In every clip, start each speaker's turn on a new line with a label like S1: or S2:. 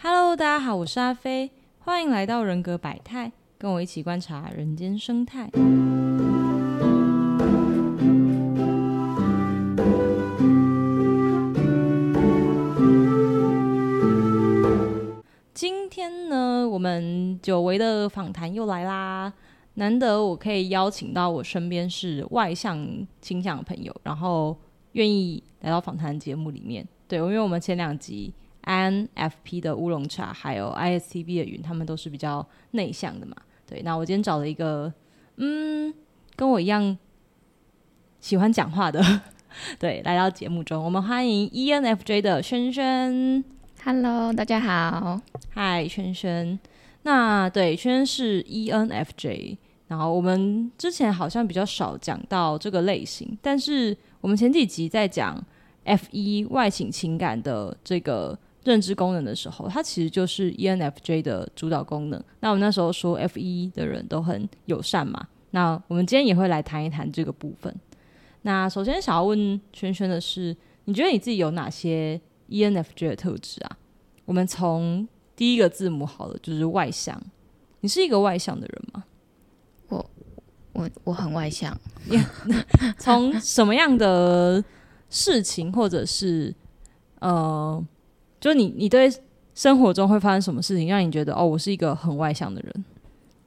S1: Hello，大家好，我是阿飞，欢迎来到人格百态，跟我一起观察人间生态。今天呢，我们久违的访谈又来啦。难得我可以邀请到我身边是外向倾向的朋友，然后愿意来到访谈节目里面。对，因为我们前两集 INFP 的乌龙茶，还有 ISTB 的云，他们都是比较内向的嘛。对，那我今天找了一个，嗯，跟我一样喜欢讲话的， 对，来到节目中，我们欢迎 E ENFJ 的轩轩。
S2: Hello，大家好。
S1: 嗨，轩轩。那对，轩轩是 E ENFJ，然后我们之前好像比较少讲到这个类型，但是我们前几集在讲 F1 外倾情感的这个认知功能的时候，它其实就是 E ENFJ 的主导功能。那我们那时候说 F1 的人都很友善嘛，那我们今天也会来谈一谈这个部分。那首先想要问轩轩的是，你觉得你自己有哪些 E ENFJ 的特质啊？我们从第一个字母好了，就是外向。你是一个外向的人吗？
S2: 我我很外向，
S1: 从什么样的事情，或者是呃，就你你对生活中会发生什么事情，让你觉得哦，我是一个很外向的人？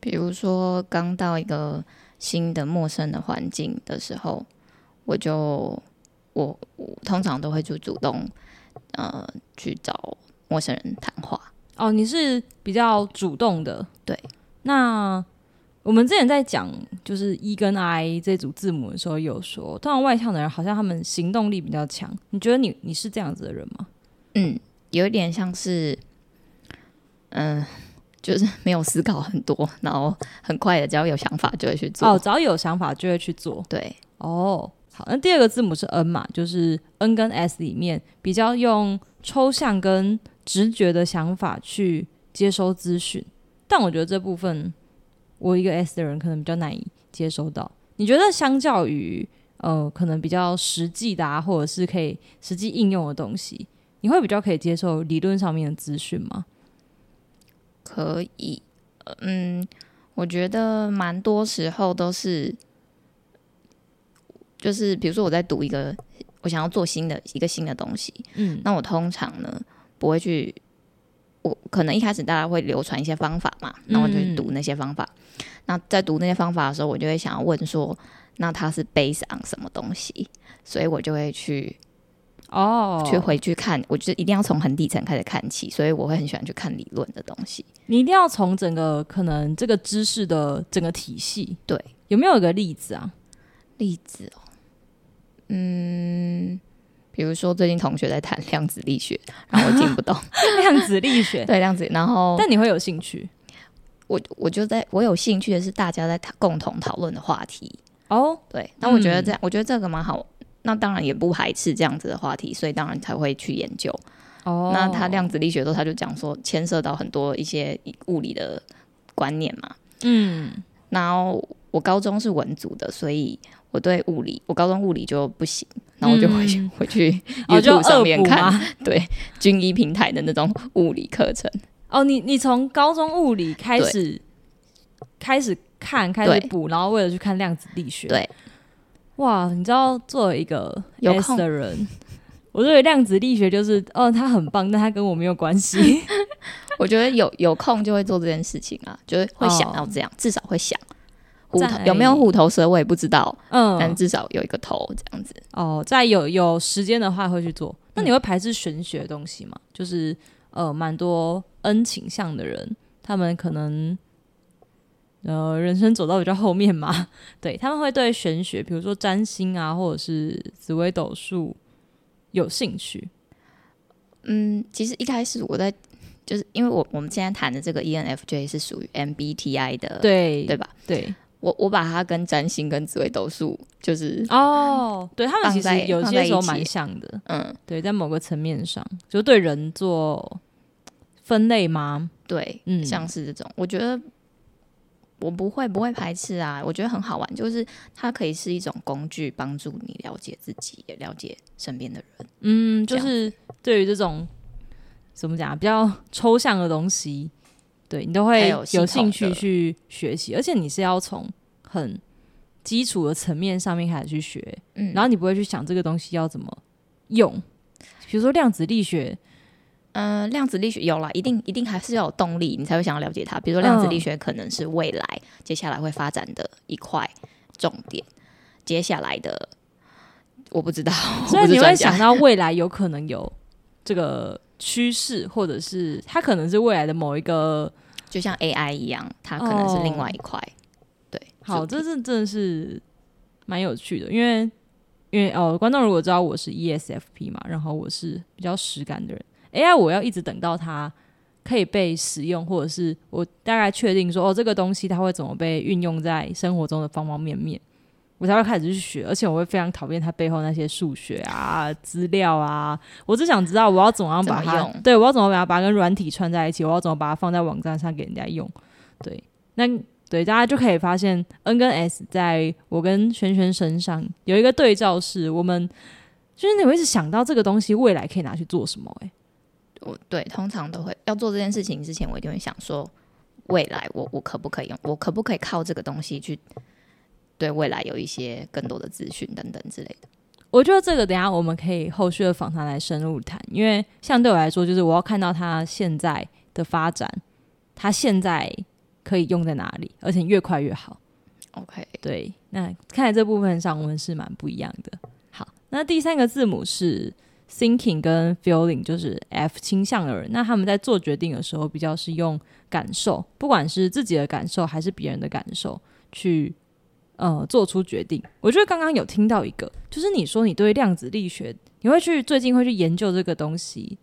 S2: 比如说刚到一个新的陌生的环境的时候，我就我我通常都会去主动呃去找陌生人谈话。
S1: 哦，你是比较主动的。
S2: 对，
S1: 那我们之前在讲就是 E 跟 I 这组字母的时候，有说，通常外向的人好像他们行动力比较强。你觉得你你是这样子的人吗？
S2: 嗯，有一点像是嗯、就是没有思考很多，然后很快的只要有想法就会去做。
S1: 哦，只要有想法就会去做。
S2: 对，
S1: 哦，好，那第二个字母是 N 嘛，就是 N 跟 S 里面比较用抽象跟直觉的想法去接收资讯，但我觉得这部分我一个 S 的人可能比较难以接收到。你觉得相较于呃，可能比较实际的啊，或者是可以实际应用的东西，你会比较可以接受理论上面的资讯吗？
S2: 可以，呃嗯，我觉得蛮多时候都是，就是比如说我在读一个我想要做新的一个新的东西，
S1: 嗯，
S2: 那我通常呢不会去，我可能一开始大家会流传一些方法嘛，那我就去
S1: 嗯
S2: 读那些方法。那在读那些方法的时候，我就会想要问说，那它是 based on 什么东西？所以我就会去
S1: 哦，
S2: 去回去看，我就一定要从很底层开始看起，所以我会很喜欢去看理论的东西。
S1: 你一定要从整个可能这个知识的整个体系，
S2: 对，
S1: 有没有一个例子啊？
S2: 例子哦，嗯，比如说最近同学在谈量子力学，然后我听不懂，
S1: 量子力学，
S2: 对量子，然后
S1: 但你会有兴趣
S2: 我我就在我有兴趣的是大家在讨共同讨论的话题，
S1: 哦。
S2: 对，那我觉得这样，我觉得这个蛮好。那当然也不排斥这样子的话题，所以当然才会去研究。
S1: 哦，
S2: 那他量子力学的时候，他就讲说牵涉到很多一些物理的观念嘛，
S1: 嗯，
S2: 然后我高中是文组的，所以我对物理，我高中物理就不行，然后我就回去、
S1: 嗯
S2: 回去
S1: 哦就
S2: YouTube 上面
S1: 恶补
S2: 看，
S1: 吗
S2: 对军医平台的那种物理课程，
S1: 哦，你你从高中物理开始开始看，开始
S2: 对
S1: 补，然后为了去看量子力学，
S2: 对，
S1: 哇，你知道作为一个
S2: 有
S1: S
S2: 空
S1: 的人，我对于量子力学就是，哦，它很棒，但它跟我没有关 系。
S2: 我觉得有有空就会做这件事情啊，就是会想
S1: 哦
S2: 到这样，至少会想。虎头
S1: 在
S2: 有没有虎头蛇我也不知道，但
S1: 嗯，
S2: 至少有一个头这样子。
S1: 哦，在有有时间的话会去做。
S2: 嗯
S1: 那你会排斥玄学的东西吗？就是呃，蛮多 N 倾向的人，他们可能呃人生走到比较后面嘛， 对，他们会对玄学，比如说占星啊，或者是紫微斗数有兴趣。
S2: 嗯，其实一开始我在就是因为我我们现在谈的这个 E ENFJ 是属于 MBTI 的，
S1: 对
S2: 对吧？
S1: 对
S2: 我我把它跟占星跟紫微斗数就是
S1: 哦，对他们
S2: 放
S1: 其实
S2: 在
S1: 有
S2: 放
S1: 些
S2: 在
S1: 时候
S2: 一起
S1: 蛮像的，
S2: 嗯
S1: 对，在某个层面上，就对人做分类吗？，
S2: 对，
S1: 嗯
S2: 像是这种，我觉得我不会不会排斥啊，我觉得很好玩，就是它可以是一种工具，帮助你了解自己，也了解身边的人。
S1: 嗯，
S2: 这
S1: 就
S2: 样
S1: 是对于这种怎么讲啊比较抽象的东西，对你都
S2: 还
S1: 会
S2: 有系
S1: 有兴
S2: 统
S1: 趣
S2: 的
S1: 去学习，而且你是要从很基础的层面上面开始去学，
S2: 嗯，
S1: 然后你不会去想这个东西要怎么用，比如说量子力学，
S2: 嗯、量子力学有啦，一定一定还是要有动力，你才会想要了解它。比如说，量子
S1: 嗯
S2: 力学可能是未来、接下来会发展的一块重点，接下来的我不知道，
S1: 所
S2: 我
S1: 以
S2: 不是
S1: 你会
S2: 专家
S1: 想到未来有可能有这个趋势，或者是它可能是未来的某一个。
S2: 就像 AI 一样，它可能是另外一块。对，
S1: 好，这
S2: 就
S1: 是真的是蛮有趣的，因为因为哦，观众如果知道我是 E ESFP 嘛，然后我是比较实感的人，AI 我要一直等到它可以被使用，或者是我大概确定说哦，这个东西它会怎么被运用在生活中的方方面面。我才会开始去学，而且我会非常讨厌它背后那些数学啊、资料啊。我只想知道我要怎么样把
S2: 怎么
S1: 它，
S2: 用
S1: 对我要怎么把它把它跟软体串在一起，我要怎么把它放在网站上给人家用。对，那对大家就可以发现 N 跟 S 在我跟璇璇身上有一个对照是，我们就是你会一直想到这个东西未来可以拿去做什么、欸，
S2: 我对通常都会要做这件事情之前，我一定会想说，未来我我可不可以用，我可不可以靠这个东西去对未来有一些更多的资讯等等之类的。
S1: 我觉得这个等一下我们可以后续的访谈来深入谈，因为像对我来说，就是我要看到它现在的发展，它现在可以用在哪里，而且越快越好。
S2: OK，
S1: 对，那看来这部分上我们是蛮不一样的。好，那第三个字母是 thinking 跟 feeling，就是 F 倾向的人。那他们在做决定的时候，比较是用感受，不管是自己的感受还是别人的感受，去呃做出决定。我觉得刚刚有听到一个，就是你说你对量子力学，你会去最近会去研究这个东西，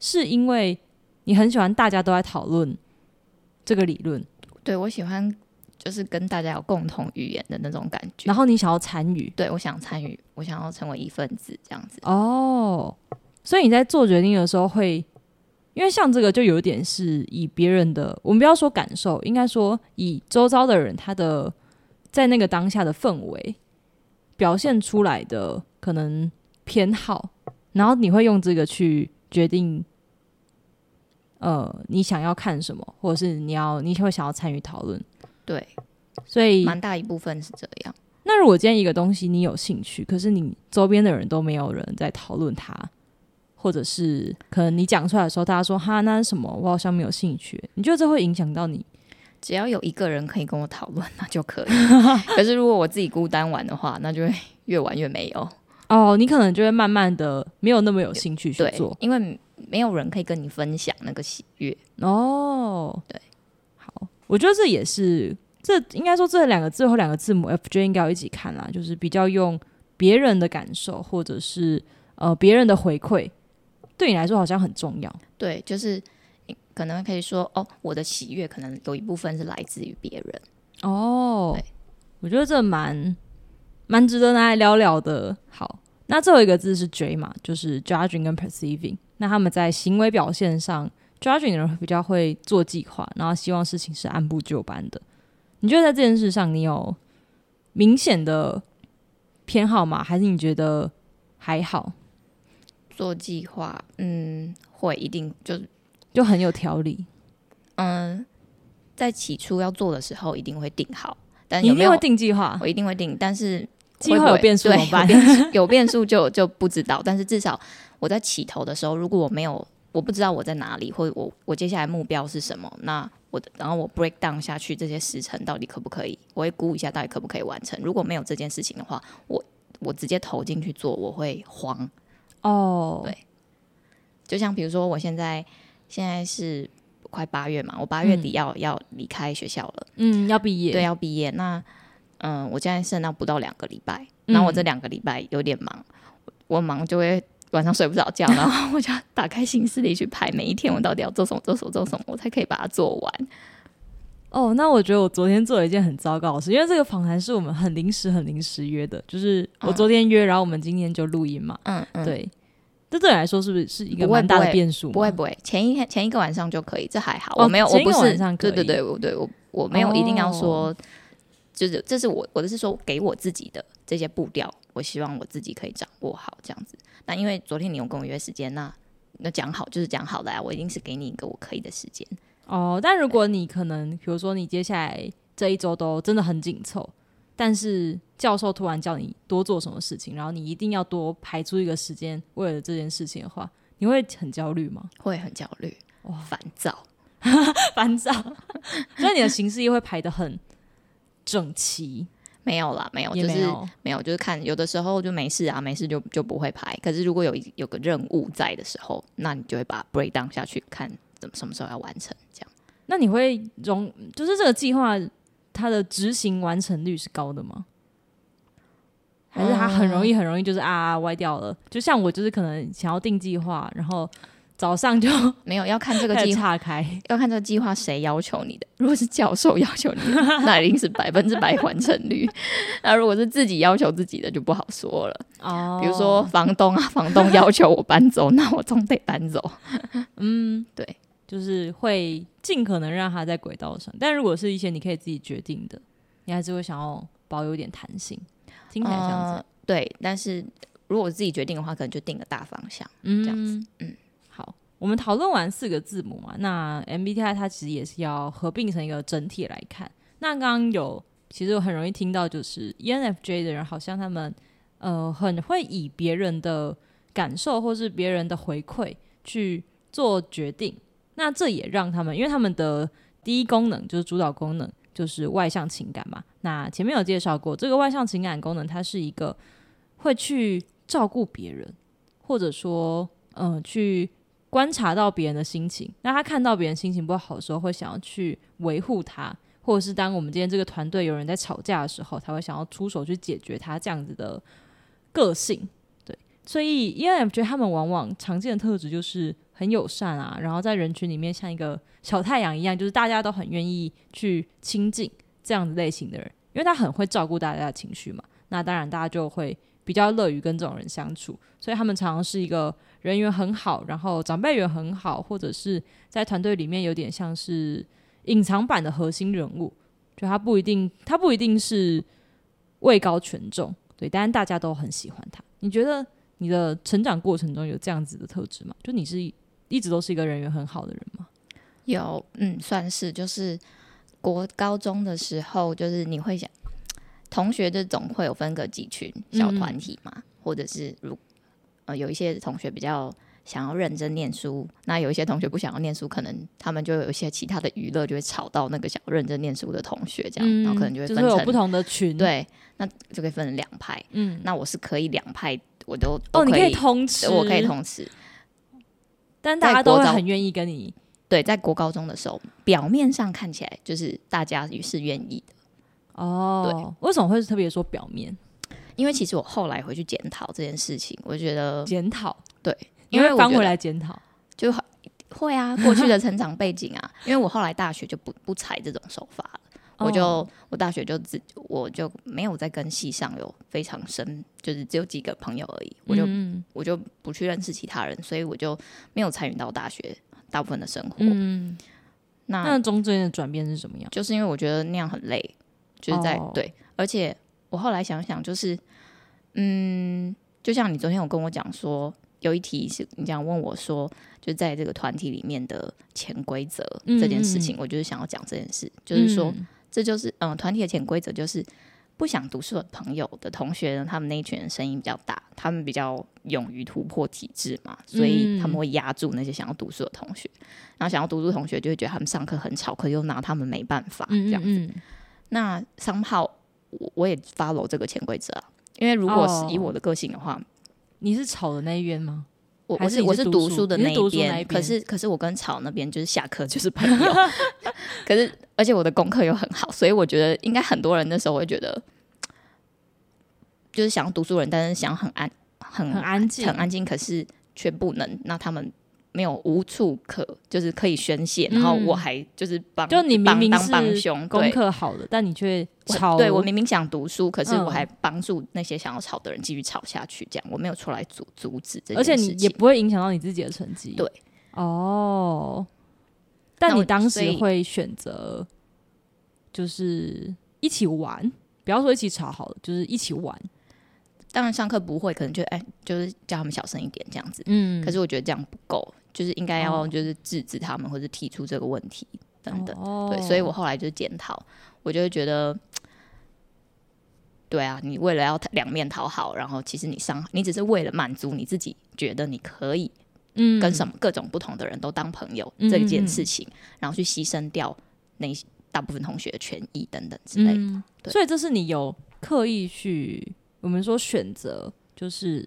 S1: 是因为你很喜欢大家都在讨论这个理论，
S2: 对我喜欢就是跟大家有共同语言的那种感觉。
S1: 然后你想要参与，
S2: 对我想参与，我想要成为一份子这样子。
S1: 哦，所以你在做决定的时候会，因为像这个就有点是以别人的，我们不要说感受，应该说以周遭的人他的在那个当下的氛围表现出来的可能偏好，然后你会用这个去决定。呃，你想要看什么，或者是你要，你会想要参与讨论，
S2: 对，
S1: 所以
S2: 蛮大一部分是这样。
S1: 那如果今天一个东西你有兴趣，可是你周边的人都没有人在讨论它，或者是可能你讲出来的时候，大家说哈那是什么，我好像没有兴趣，你觉得这会影响到你？
S2: 只要有一个人可以跟我讨论，那就可以。可是如果我自己孤单玩的话，那就会越玩越没有。
S1: 哦，你可能就会慢慢的没有那么有兴趣去
S2: 对
S1: 做，
S2: 因为没有人可以跟你分享那个喜悦。
S1: 哦。
S2: 对，
S1: 好，哦我觉得这也是这应该说这两个最后两个字母 F J 应该要一起看啦，就是比较用别人的感受或者是呃别人的回馈，对你来说好像很重要。
S2: 对，就是你可能可以说哦，我的喜悦可能有一部分是来自于别人。
S1: 哦
S2: 对，
S1: 我觉得这蛮蛮值得拿来聊聊的。好，那最后一个字是 J 嘛，就是 judging 跟 perceiving。那他们在行为表现上，judging 的人会比较会做计划，然后希望事情是按部就班的。你觉得在这件事上，你有明显的偏好吗？还是你觉得还好，
S2: 做计划，嗯，会一定就是
S1: 就很有条理？
S2: 嗯，在起初要做的时候一定会定好，但
S1: 你一
S2: 呃有
S1: 定
S2: 没有
S1: 会定计划
S2: 我，一定会定，但是
S1: 计
S2: 会不
S1: 划有
S2: 会
S1: 变数
S2: 对
S1: 怎么办
S2: 有变数有变数就就不知道，但是至少我在起头的时候，如果我没有我不知道我在哪里，或者我我接下来目标是什么，那我的然后我 break down 下去这些时程到底可不可以，我会估一下到底可不可以完成。如果没有这件事情的话，我我直接投进去做，我会慌。
S1: 哦。
S2: 对就像比如说我现在现在是快八月嘛，我八月底要、要离开学校了。
S1: 嗯，要毕业，
S2: 对，要毕业。那嗯，我现在剩到不到两个礼拜，
S1: 嗯
S2: 然后我这两个礼拜有点忙，我忙就会晚上睡不着 觉，然后我就要打开行事历去排每一天我到底要做什么、做什么、做什么，我才可以把它做完。
S1: 哦，那我觉得我昨天做了一件很糟糕的事，因为这个访谈是我们很临时、很临时约的，就是我昨天约，然后我们今天就录音嘛。
S2: 嗯嗯，，
S1: 对，这对你来说是不是是一个
S2: 不会
S1: 蛮大
S2: 不
S1: 的
S2: 会
S1: 变数？
S2: 不会，不会，前一天前一个晚上就可以，这还好，
S1: 哦
S2: 我没有，我
S1: 前一
S2: 不
S1: 个
S2: 是
S1: 晚上可
S2: 对
S1: 以哦
S2: 对对，我对我我没有一定要说，就是这是我我的是说给我自己的这些步调，我希望我自己可以掌握好这样子。那因为昨天你有跟我约时间，那那讲好就是讲好的啊，我一定是给你一个我可以的时间。
S1: 哦，但如果你可能，比如说你接下来这一周都真的很紧凑，但是教授突然叫你多做什么事情，然后你一定要多排出一个时间为了这件事情的话，你会很焦虑吗？
S2: 会很焦虑、
S1: 哇
S2: 烦躁，
S1: 烦躁， 所以你的行事也会排的很整齐，
S2: 没有啦，没有，
S1: 也
S2: 哦就
S1: 没
S2: 是
S1: 有
S2: 没有，就是看有的时候就没事啊，没事就就不会排。可是如果有一有个任务在的时候，那你就会把 break down 下去，看怎么什么时候要完成，这样
S1: 那你会容，就是这个计划它的执行完成率是高的吗？还是它很容
S2: 呃
S1: 易很容易就是啊歪掉了？就像我就是可能想要定计划，然后早上就
S2: 没有要看 这个
S1: 开
S2: 计
S1: 始
S2: 划。
S1: 岔开，
S2: 要看这个计划谁要求你的。如果是教授要求你的，那一定 是百分之百完成率。那如果是自己要求自己的，就不好说了。
S1: 哦
S2: 比如说房东啊，房东要求我搬走，那我总得搬走。
S1: 嗯，
S2: 对，
S1: 就是会尽可能让它在轨道上。但如果是一些你可以自己决定的，你还是会想要保有一点弹性，听起来这样子。
S2: 呃对，但是如果我自己决定的话，可能就定个大方向。
S1: 嗯，
S2: 这样子。嗯，
S1: 好，我们讨论完四个字母嘛，那 MBTI 它其实也是要合并成一个整体来看。那刚刚有，其实我很容易听到，就是 E ENFJ 的人好像他们呃很会以别人的感受或是别人的回馈去做决定。那这也让他们，因为他们的第一功能就是主导功能，就是外向情感嘛。那前面有介绍过，这个外向情感功能，它是一个会去照顾别人，或者说，嗯、去观察到别人的心情。那他看到别人心情不好的时候，会想要去维护他，或者是当我们今天这个团队有人在吵架的时候，他会想要出手去解决他这样子的个性。对，所以 ENFJ 他们往往常见的特质就是很友善啊，然后在人群里面像一个小太阳一样，就是大家都很愿意去亲近这样子类型的人，因为他很会照顾大家的情绪嘛。那当然，大家就会比较乐于跟这种人相处，所以他们常常是一个人缘很好，然后长辈缘很好，或者是在团队里面有点像是隐藏版的核心人物，就他不一定，他不一定是位高权重，对，但是大家都很喜欢他。你觉得你的成长过程中有这样子的特质吗？就你是一直都是一个人缘很好的人吗？
S2: 有，嗯，算是就是国高中的时候，就是你会想，同学就总会有分个几群
S1: 嗯
S2: 小团体嘛，或者是如呃有一些同学比较想要认真念书，那有一些同学不想要念书，可能他们就有一些其他的娱乐，就会吵到那个想要认真念书的同学，这样，然后可能就会
S1: 嗯就
S2: 分
S1: 是有不
S2: 成
S1: 同的群，，
S2: 嗯对，那就可以分成两派。
S1: 嗯，
S2: 那我是可以两派，我都都
S1: 哦，你
S2: 可
S1: 可以通
S2: 对
S1: 吃，
S2: 我可以，同时
S1: 但大家都会很愿意跟你
S2: 对，在国高中的时候，表面上看起来就是大家也是愿意的，
S1: 哦。为什么会特别说表面
S2: 因为其实我后来回去检讨这件事情，我觉得
S1: 检讨？
S2: 对，
S1: 因
S2: 因
S1: 为
S2: 为我
S1: 翻
S2: 觉
S1: 回
S2: 得
S1: 来检讨。
S2: 就很会啊，过去的成长背景啊，因为我后来大学就不不采这种手法了，我就、
S1: 哦
S2: 我大学就只我就没有在跟系上有非常深，就是只有几个朋友而已，我就、
S1: 嗯
S2: 我就不去认识其他人，所以我就没有参与到大学大部分的生活。
S1: 嗯，
S2: 那
S1: 那中间的转变是什么样？
S2: 就是因为我觉得那样很累，就是在、
S1: 哦
S2: 对，而且我后来想想，就是嗯，就像你昨天有跟我讲说，有一题是你想问我说，就在这个团体里面的潜规则
S1: 嗯
S2: 这件事
S1: 嗯
S2: 情，我就是想要讲这件事，就是说，
S1: 嗯
S2: 这就是嗯，团体的潜规则就是。不想读书的朋友的同学呢，他们那一群人声音比较大，他们比较勇于突破体制嘛，所以
S1: 嗯
S2: 他们会压住那些想要读书的同学。然后想要读书的同学就会觉得他们上课很吵，可又拿他们没办法这样。
S1: 嗯嗯
S2: 那 somehow 我我也 follow 这个潜规则啊，因为如果
S1: 哦
S2: 是以我的个性的话，
S1: 你是吵的那一边吗？
S2: 我
S1: 还
S2: 我
S1: 是
S2: 是
S1: 你
S2: 我
S1: 是
S2: 是
S1: 读
S2: 读
S1: 书
S2: 书的
S1: 你是
S2: 那
S1: 读
S2: 一
S1: 书那一
S2: 边，可
S1: 边
S2: 是可是我跟吵那边就是下 课就是朋友， 可是而且我的功课又很好，所以我觉得应该很多人那时候会觉得，就是想要读书人，但是想很安很
S1: 很安静，
S2: 嗯很安静，可是却不能，那他们。没有无处可，就是可以宣泄，
S1: 嗯
S2: 然后我还就是帮，
S1: 就你明
S2: 帮
S1: 明
S2: 当
S1: 是
S2: 帮凶，
S1: 功
S2: 对
S1: 课好的，但你却
S2: 我
S1: 吵。
S2: 对我明明想读书，可是
S1: 嗯
S2: 我还帮助那些想要吵的人继续吵下去，这样我没有出来阻阻止这
S1: 而且
S2: 件
S1: 你
S2: 事
S1: 也
S2: 情。
S1: 不会影响到你自己的成绩。
S2: 对，
S1: 哦，
S2: 那
S1: 但
S2: 我
S1: 你当
S2: 所
S1: 时
S2: 以
S1: 会选择就是一起玩，不要说一起吵好了，就是一起玩。
S2: 当然上课不会，可能就哎，就是叫他们小声一点这样子。
S1: 嗯
S2: 可是我觉得这样不够，就是应该要
S1: 哦
S2: 就是制止他们，或者提出这个问题等等。
S1: 哦
S2: 对，所以我后来就检讨，我就会觉得，对啊，你为了要两面讨好，然后其实你伤，你只是为了满足你自己觉得你可以
S1: 嗯
S2: 跟什么各种不同的人都当朋友、
S1: 嗯
S2: 这
S1: 嗯
S2: 件
S1: 嗯
S2: 事情，然后去牺牲掉那一些大部分同学的权益等等之类的。
S1: 嗯
S2: 对
S1: 所以这是你有刻意去，我们说选择，就是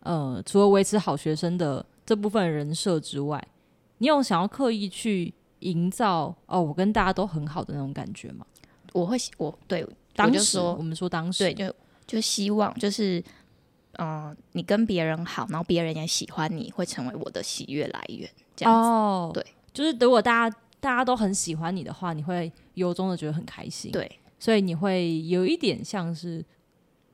S1: 呃，除了维持好学生的这部分人设之外，你有想要刻意去营造哦，我跟大家都很好的那种感觉吗？
S2: 我会，我对
S1: 当
S2: 就
S1: 时
S2: 说
S1: 我们说当时
S2: 对，就就希望就是，嗯、你跟别人好，然后别人也喜欢你，会成为我的喜悦来源。这样子，
S1: 哦，
S2: 对，
S1: 就是如果大家大家都很喜欢你的话，你会由衷的觉得很开心，，
S2: 对
S1: 所以你会有一点像是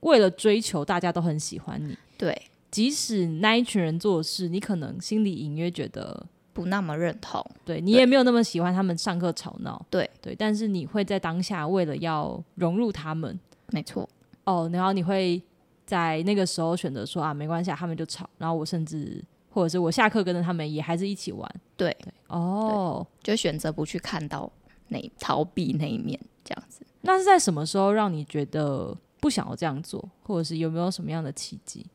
S1: 为了追求大家都很喜欢你，
S2: 对，
S1: 即使那一群人做的事，你可能心里隐约觉得
S2: 不那么认同。
S1: 对你
S2: 对
S1: 也没有那么喜欢他们上课吵闹，
S2: 对
S1: 对，但是你会在当下为了要融入他们
S2: 没错，
S1: 哦，然后你会在那个时候选择说啊，没关系啊，他们就吵，然后我甚至或者是我下课跟着他们也还是一起玩，
S2: 对
S1: 对，哦，
S2: 就选择不去看到那一逃避那一面，这样子。
S1: 那是在什么时候让你觉得不想要这样做，或者是有没有什么样的契机？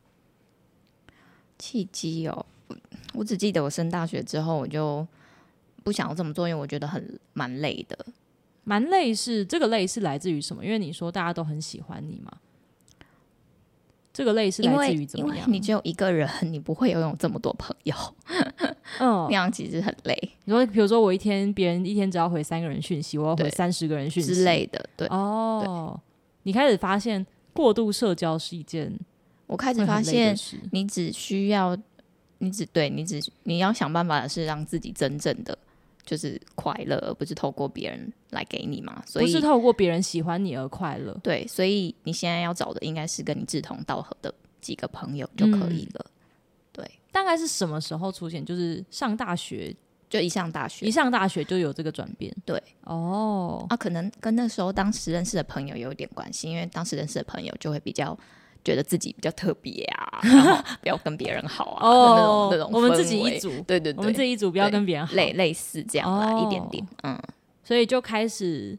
S2: 契机哦，我我只记得我升大学之后，我就不想要这么做，因为我觉得很蛮累的。
S1: 蛮累是这个累是来自于什么？因为你说大家都很喜欢你嘛，这个累是
S2: 因
S1: 来
S2: 为
S1: 自于怎
S2: 因
S1: 么
S2: 为
S1: 样？
S2: 你只有一个人，你不会拥有这么多朋友，
S1: 嗯
S2: 那，样其实很累
S1: 你说，比如说我一天别人一天只要回三个人讯息，我要回
S2: 对
S1: 三十个人讯息
S2: 之类的。对，
S1: 哦，你开始发现过度社交是一件
S2: 我开
S1: 会
S2: 始
S1: 很
S2: 发
S1: 累的
S2: 现
S1: 事
S2: 你只需要，你只对你只你要想办法是让自己真正的就是快乐，而不是透过别人来给你嘛。所
S1: 不
S2: 以
S1: 是透过别人喜欢你而快乐。
S2: 对，所以你现在要找的应该是跟你志同道合的几个朋友
S1: 嗯
S2: 就可以了。
S1: 大概是什么时候出现？就是上大学，
S2: 就一上大学
S1: 一上大学就有这个转变。
S2: 对，
S1: 哦，
S2: 啊，可能跟那时候当时认识的朋友有一点关系，因为当时认识的朋友就会比较。觉得自己比较特别啊，然后不要跟别人好啊，那种那种
S1: 哦我们
S2: 氛
S1: 自己
S2: 围
S1: 一组，
S2: 对对
S1: 我们自
S2: 对，
S1: 己一组不要
S2: 对
S1: 跟别人好，
S2: 类类似这样啦，一点
S1: 哦
S2: 点，嗯，
S1: 所以就开始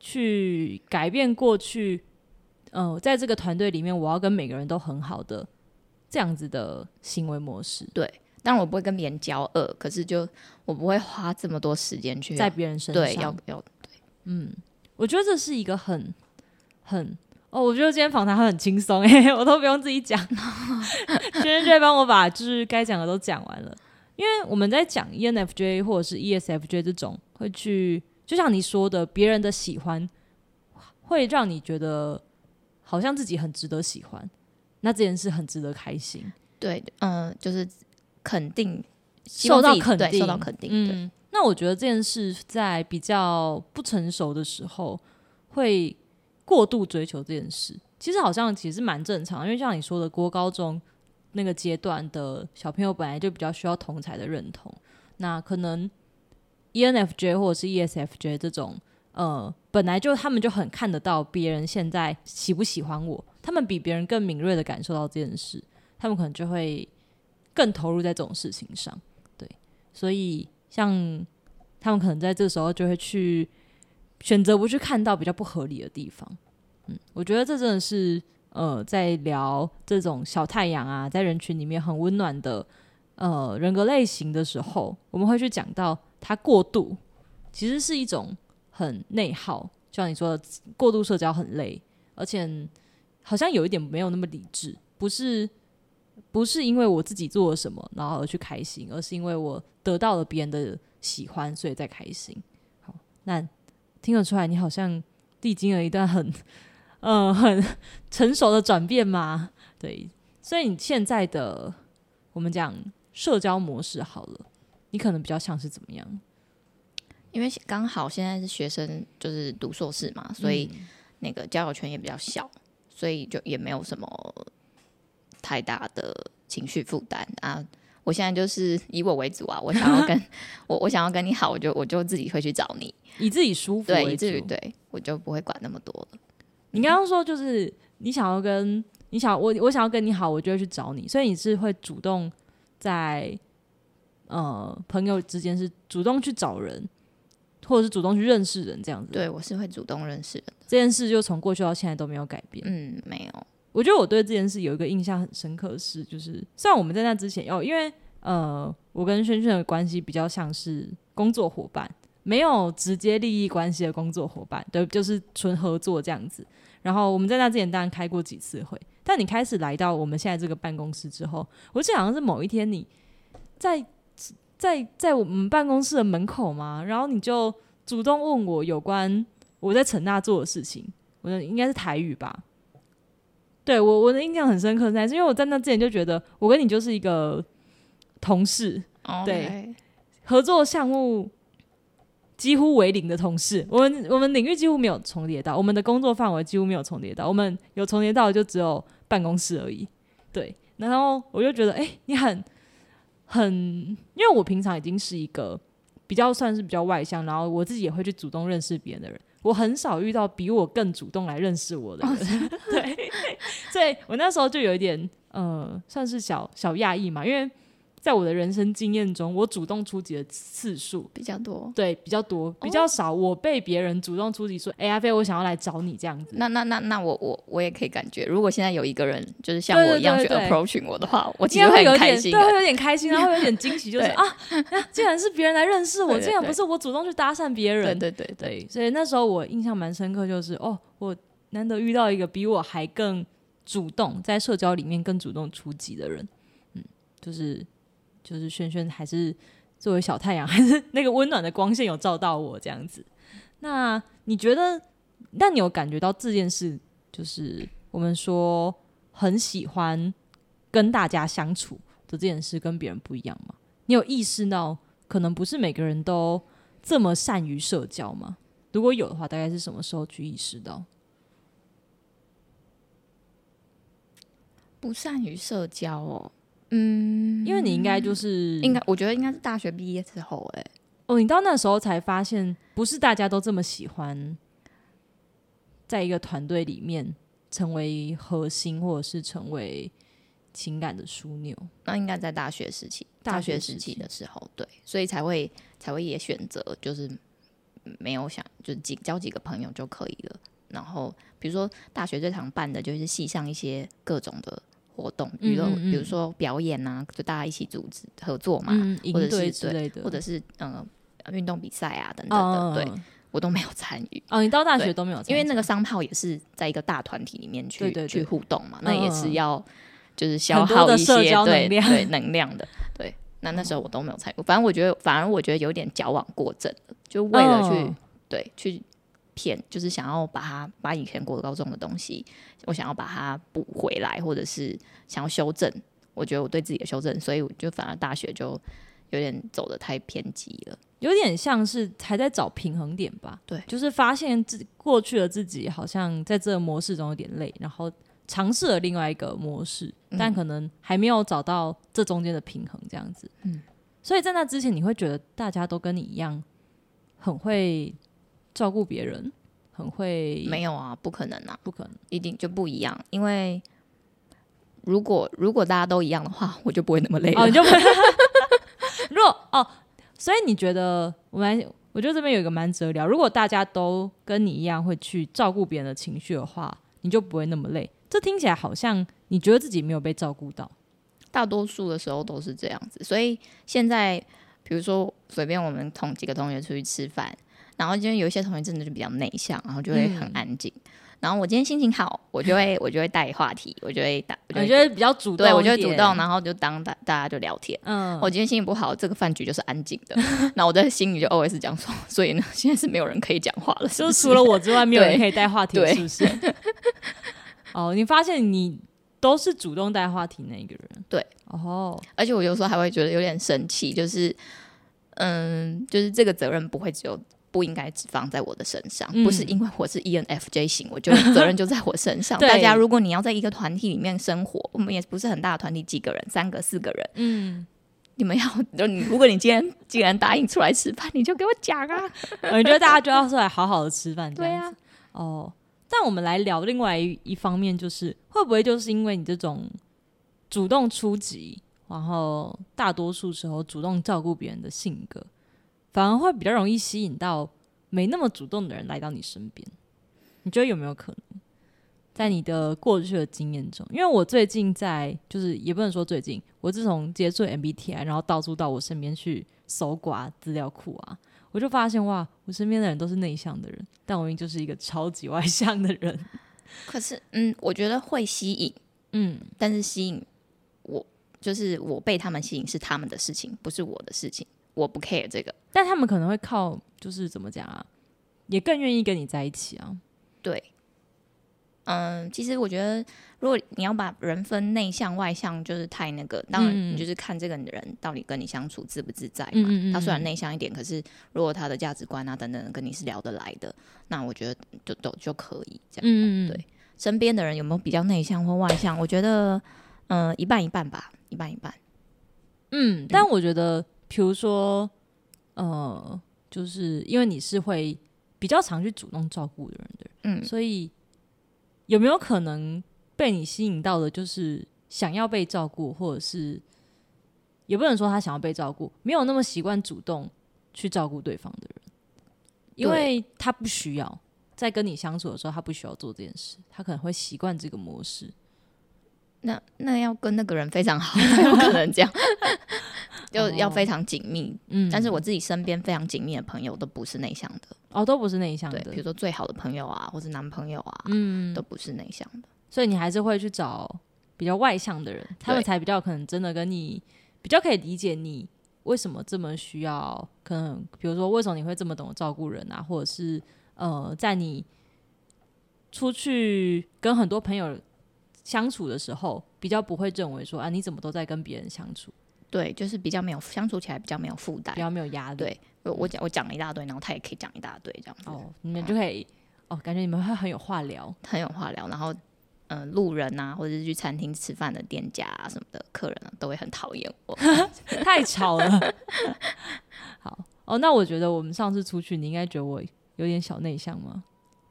S1: 去改变过去，呃，在这个团队里面，我要跟每个人都很好的这样子的行为模式，
S2: 当然我不会跟别人交恶，可是就我不会花这么多时间去
S1: 在别人身上，
S2: 对要要
S1: 我觉得这是一个很很哦，我觉得今天访谈会很轻松 哎，我都不用自己讲，轩轩就会帮我把就是该讲的都讲完了。因为我们在讲 E ENFJ 或者是 E ESFJ 这种，会去就像你说的，别人的喜欢会让你觉得好像自己很值得喜欢，那这件事很值得开心，
S2: 对，嗯、就是肯定，希
S1: 受
S2: 望
S1: 到
S2: 自己
S1: 肯
S2: 对
S1: 定，
S2: 受到肯定，对，
S1: 嗯，那我觉得这件事在比较不成熟的时候，会过度追求这件事，其实好像其实蛮正常，因为像你说的，国高中那个阶段的小朋友本来就比较需要同才的认同，那可能 E ENFJ 或者是 ESFJ 这种，呃，本来就他们就很看得到别人现在喜不喜欢我，他们比别人更敏锐的感受到这件事，他们可能就会更投入在这种事情上。所以像他们可能在这时候就会去选择不去看到比较不合理的地方。嗯，我觉得这真的是呃，在聊这种小太阳啊，在人群里面很温暖的呃人格类型的时候，我们会去讲到它过度，其实是一种很内耗，就像你说的，过度社交很累，而且好像有一点没有那么理智，不是不是因为我自己做了什么，然后而去开心，而是因为我得到了别人的喜欢，所以在开心。好，那听得出来，你好像历经了一段很，呃，很成熟的转变嘛？对，所以你现在的我们讲社交模式好了，你可能比较像是怎么样？
S2: 因为刚好现在是学生，就是读硕士嘛，所以那个交友圈也比较小，所以就也没有什么太大的情绪负担啊。我现在就是以我为主啊，我想要 跟我我想要跟你好，我就我就自己会去找你，
S1: 以自己舒服
S2: 对，
S1: 为
S2: 以
S1: 主
S2: 至。于对我就不会管那么多了。
S1: 你刚刚说就是你想要跟你想我我想要跟你好，我就会去找你，所以你是会主动在呃朋友之间是主动去找人，或者是主动去认识人这样子。
S2: 对我是会主动认识人的。
S1: 这件事就从过去到现在都没有改变。
S2: 嗯，没有，
S1: 我觉得我对这件事有一个印象很深刻的是，就是虽然我们在那之前哦，因为呃，我跟轩轩的关系比较像是工作伙伴，没有直接利益关系的工作伙伴，对，就是纯合作这样子。然后我们在那之前当然开过几次会，但你开始来到我们现在这个办公室之后，我记得好像是某一天你在在在我们办公室的门口嘛，然后你就主动问我有关我在成大做的事情，我的应该是台语吧。对我我的印象很深刻，但是因为我在那之前就觉得我跟你就是一个同事，
S2: 哦
S1: 对合作项目几乎为零的同事，我们我们领域几乎没有重叠到，我们的工作范围几乎没有重叠到，我们有重叠到的就只有办公室而已。对，然后我就觉得，哎、你很很，因为我平常已经是一个比较算是比较外向，然后我自己也会去主动认识别人的人。我很少遇到比我更主动来认识我的人， 对，所以我那时候就有一点呃，算是小小讶异嘛，因为在我的人生经验中，我主动出击的次数
S2: 比较多。
S1: 对，比较多，比
S2: 哦
S1: 较少。我被别人主动出击说：“哎、阿飞，我想要来找你这样子。
S2: 那那那那我我我也可以感觉，如果现在有一个人就是像我一样
S1: 对
S2: 去
S1: 对对对
S2: approaching 我的话，我”其
S1: 今
S2: 实
S1: 天会
S2: 会
S1: 有
S2: 很
S1: 点
S2: 开
S1: 对，
S2: 心
S1: 会
S2: 的。
S1: 有点开心，然后会有点惊 喜，就是
S2: 对
S1: 啊，啊竟然是别人来认识我，
S2: 对对
S1: 竟然不
S2: 对
S1: 是我主动去搭讪别
S2: 对
S1: 人。
S2: 对对对，
S1: 对，所以那时候我印象蛮深刻，就是哦，我难得遇到一个比我还更主动，在社交里面更主动出击的人。嗯，就是就是轩轩还是作为小太阳， 还是那个温暖的光线有照到我这样子。那你觉得？那你有感觉到这件事，就是我们说很喜欢跟大家相处的这件事，跟别人不一样吗？你有意识到，可能不是每个人都这么善于社交吗？如果有的话，大概是什么时候去意识到？
S2: 不善于社交哦，
S1: 因为你应该就是
S2: 嗯应该我觉得应该是大学毕业之后，哎，
S1: 哦，你到那时候才发现，不是大家都这么喜欢，在一个团队里面成为核心，或者是成为情感的枢纽。
S2: 那应该在大学时期，
S1: 大
S2: 大
S1: 学
S2: 学
S1: 时
S2: 时期
S1: 期
S2: 的时候，对，所以才会才会也选择就是没有想就几交几个朋友就可以了。然后比如说大学最常办的就是系上一些各种的活动，娱乐，
S1: 嗯嗯嗯
S2: 比如说表演啊，就大家一起组织合作嘛，
S1: 嗯，营
S2: 或者是
S1: 队之类的，
S2: 或者是嗯、呃、运动比赛啊等等
S1: 哦，
S2: 的，对我都没有参 与。
S1: 哦，你到大学
S2: 对
S1: 都没有参加，
S2: 因为那个商炮也是在一个大团体里面去
S1: 对对对
S2: 去互动嘛，那也
S1: 嗯
S2: 是要就是消
S1: 很多
S2: 耗
S1: 的
S2: 一些
S1: 社交能
S2: 对
S1: 量 嗯
S2: 对能量的，对。那那时候我都没有参与，反正我觉得，反而我觉得有点矫枉过正了，就为了去、
S1: 嗯
S2: 对去骗，就是想要把它把以前国高中的东西，我想要把它补回来，或者是想要修正。我觉得我对自己的修正，所以我就反而大学就有点走的太偏激了。
S1: 有点像是还在找平衡点吧。
S2: 对
S1: 就是发现自过去的自己好像在这个模式中有点累，然后尝试了另外一个模式，
S2: 嗯
S1: 但可能还没有找到这中间的平衡，这样子。嗯，所以在那之前，你会觉得大家都跟你一样，很会照顾别人，很会
S2: 没有啊，不可能啊。
S1: 不可能
S2: 一定就不一样，因为如果如果大家都一样的话，我就不会那么累了。
S1: 哦，你 就不如果哦，所以你觉得我们来，我觉得这边有一个蛮值得聊。如果大家都跟你一样会去照顾别人的情绪的话，你就不会那么累。这听起来好像你觉得自己没有被照顾到，
S2: 大多数的时候都是这样子，所以现在比如说随便我们同几个同学出去吃饭，然后今天有一些同学真的就比较内向，然后就会很安静。然后我今天心情好，我就 会我就会带话题，我就会打，哦我就
S1: 我
S2: 会
S1: 觉得比较主动，
S2: 对我就会主动，。然后就当大大家就聊天。
S1: 嗯，
S2: 我今天心情不好，这个饭局就是安静的。 那我在心里就 always 讲说，所以呢，现在是没有人可以讲话了，是
S1: 就
S2: 不
S1: 是
S2: 是
S1: 除了我之外，没有人可以带话题，
S2: 对
S1: 是不是？ 哦，你发现你都是主动带话题那一个人，
S2: 对，
S1: 哦，
S2: 而且我有时候还会觉得有点生气，就是，嗯，就是这个责任不会只有不应该只放在我的身上，
S1: 嗯
S2: 不是因为我是 E ENFJ 型，我觉得责任就在我身 上。
S1: 对
S2: 大家如果你要在一个团体里面生活，我们也不是很大的团体，几个人，三个、四个人，
S1: 嗯，
S2: 你们要，就你如果你今天既然答应出来 吃饭，你就给我讲啊，
S1: 哦我觉得大家就要出来好好的吃饭，这
S2: 对
S1: 样子
S2: 啊，
S1: 哦，但我们来聊另外一一方面，就是会不会就是因为你这种主动出击，然后大多数时候主动照顾别人的性格，反而会比较容易吸引到没那么主动的人来到你身边？你觉得有没有可能？在你的过去的经验中，因为我最近在，就是也不能说最近，我自从接触 MBTI，然后啊到处到我身边去搜刮资料库啊，我就发现哇，我身边的人都是内向的人，但我明明就是一个超级外向的人。
S2: 可是，嗯，我觉得会吸引，
S1: 嗯，
S2: 但是吸引我就是我被他们吸引是他们的事情，不是我的事情，我不 care 这个。
S1: 但他们可能会靠，就是怎么讲啊，也更愿意跟你在一起啊。
S2: 对，嗯，其实我觉得，如果你要把人分内向外向，就是太那个，当然
S1: 嗯
S2: 你就是看这个人到底跟你相处自不自在嘛。
S1: 嗯嗯嗯
S2: 他虽然内向一点，可是如果他的价值观啊等等跟你是聊得来的，那我觉得就都就可以这样。
S1: 嗯
S2: 对身边的人有没有比较内向或外向？我觉得，嗯、一半一半吧，一半一半。
S1: 嗯，但我觉得，比如说，呃，就是因为你是会比较常去主动照顾人的人，
S2: 嗯
S1: 所以有没有可能被你吸引到的，就是想要被照顾，或者是也不能说他想要被照顾，没有那么习惯主动去照顾对方的人，因
S2: 对
S1: 为他不需要在跟你相处的时候，他不需要做这件事，他可能会习惯这个模式。
S2: 那那要跟那个人非常好， 才有可能这样，就要非常紧密。
S1: 哦嗯，
S2: 但是我自己身边非常紧密的朋友都不是内向的，
S1: 哦，都不是内向
S2: 对，
S1: 的
S2: 比，如说最好的朋友啊，或是男朋友啊，
S1: 嗯
S2: 都，不是内向的。
S1: 所以你还是会去找比较外向的人，他们才比较可能真的跟你比较可以理解你为什么这么需要，可能比如说为什么你会这么懂得照顾人啊，或者是呃，在你出去跟很多朋友相处的时候，比较不会认为说啊你怎么都在跟别人相处，
S2: 对，就是比较没有相处起来比较没有负担
S1: 比。较没有压力。
S2: 对我我讲我讲了一大堆，然后他也可以讲一大堆，这样子、
S1: 哦，你们就可以哦，感觉你们会很有话聊。
S2: 很有话聊。然后嗯、呃路人啊，或者是去餐厅吃饭的店家啊什么的客人啊，都会很讨厌我。
S1: 太吵了。好哦，那我觉得我们上次出去，你应该觉得我有点小内向吗？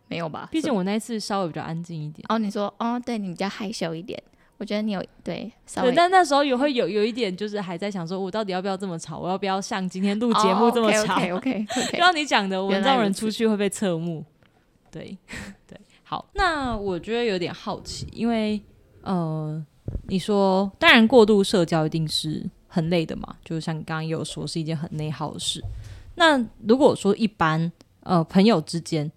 S2: 没有吧？
S1: 毕竟我那一次稍微比较安静一点。
S2: 哦，你说哦，对你比较害羞一点，我觉得你有对稍微
S1: 对，但那时候也会有有一点，就是还在想说，我到底要不要这么吵？我要不要像今天录节目
S2: 哦
S1: 这么啊吵？
S2: OK OK OK，
S1: 就像你讲的，我们
S2: 原
S1: 这
S2: 来
S1: 种
S2: 如
S1: 人
S2: 此
S1: 出去会被侧目。对 对，好，那我觉得有点好奇，因为呃，你说当然过度社交一定是很累的嘛，就像你刚刚也有说是一件很内耗的事。那如果说一般呃朋友之间，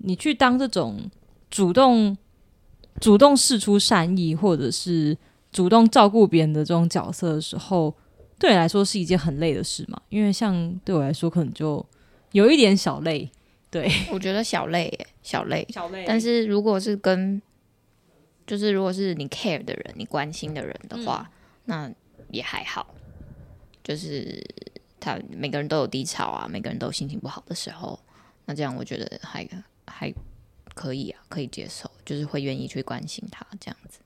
S1: 你去当这种主动主动示出善意，或者是主动照顾别人的这种角色的时候，对你来说是一件很累的事嘛？因为像对我来说，可能就有一点小累，
S2: 我觉得小累耶，小累。
S1: 小累
S2: 但是如果是跟，就是如果是你 care 的人，你关心的人的话，那也还好。就是他每个人都有低潮啊，每个人都有心情不好的时候，那这样我觉得还还可以啊，可以接受，就是会愿意去关心他这样子。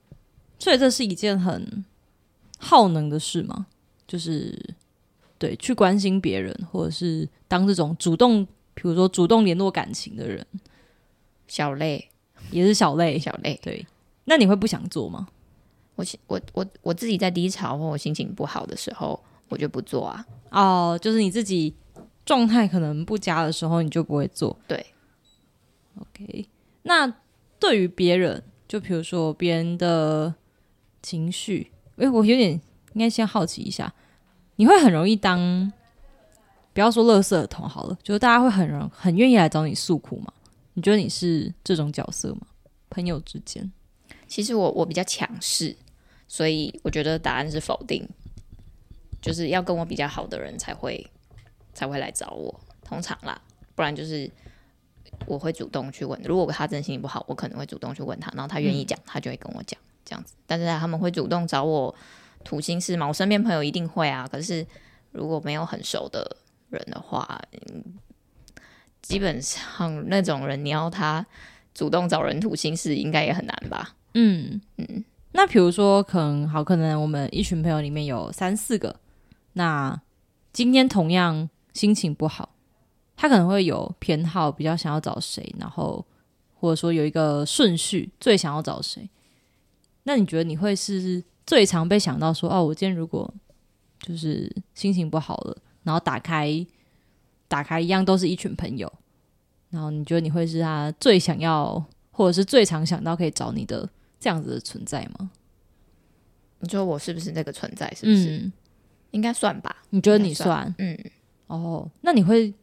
S1: 所以这是一件很耗能的事嘛，就是对去关心别人，或者是当这种主动，比如说主动联络感情的人，
S2: 小累，
S1: 也是小累。
S2: 小累。
S1: 对，那你会不想做吗？
S2: 我心我我我自己在低潮或我心情不好的时候，我就不做啊。
S1: 哦，就是你自己状态可能不佳的时候，你就不会做。
S2: 对
S1: ，OK。那对于别人，就比如说别人的情绪，诶，我有点应该先好奇一下，你会很容易当，不要说垃圾桶好了，就是大家会很容很愿意来找你诉苦吗？你觉得你是这种角色吗？朋友之间，
S2: 其实我我比较强势，所以我觉得答案是否定，就是要跟我比较好的人才会才会来找我，通常啦，不然就是我会主动去问。如果他真的心情不好，我可能会主动去问他，然后他愿意讲，他就会跟我讲这样子。但是他们会主动找我吐心事嘛？我身边朋友一定会啊，可是如果没有很熟的人的话，嗯，基本上那种人你要他。主动找人吐心事应该也很难吧？
S1: 嗯，那比如说，可能好，可能我们一群朋友里面有三四个，那今天同样心情不好，他可能会有偏好，比较想要找谁，然后或者说有一个顺序，最想要找谁？那你觉得你会是最常被想到说，哦，我今天如果就是心情不好了，然后打开打开一样都是一群朋友，然后你觉得你会是他最想要，或者是最常想到可以找你的这样子的存在吗？
S2: 你说我是不是这个存在？是不是？
S1: 嗯，
S2: 应该算吧。
S1: 你觉得你
S2: 应该算
S1: 算？
S2: 嗯，
S1: 哦，那你会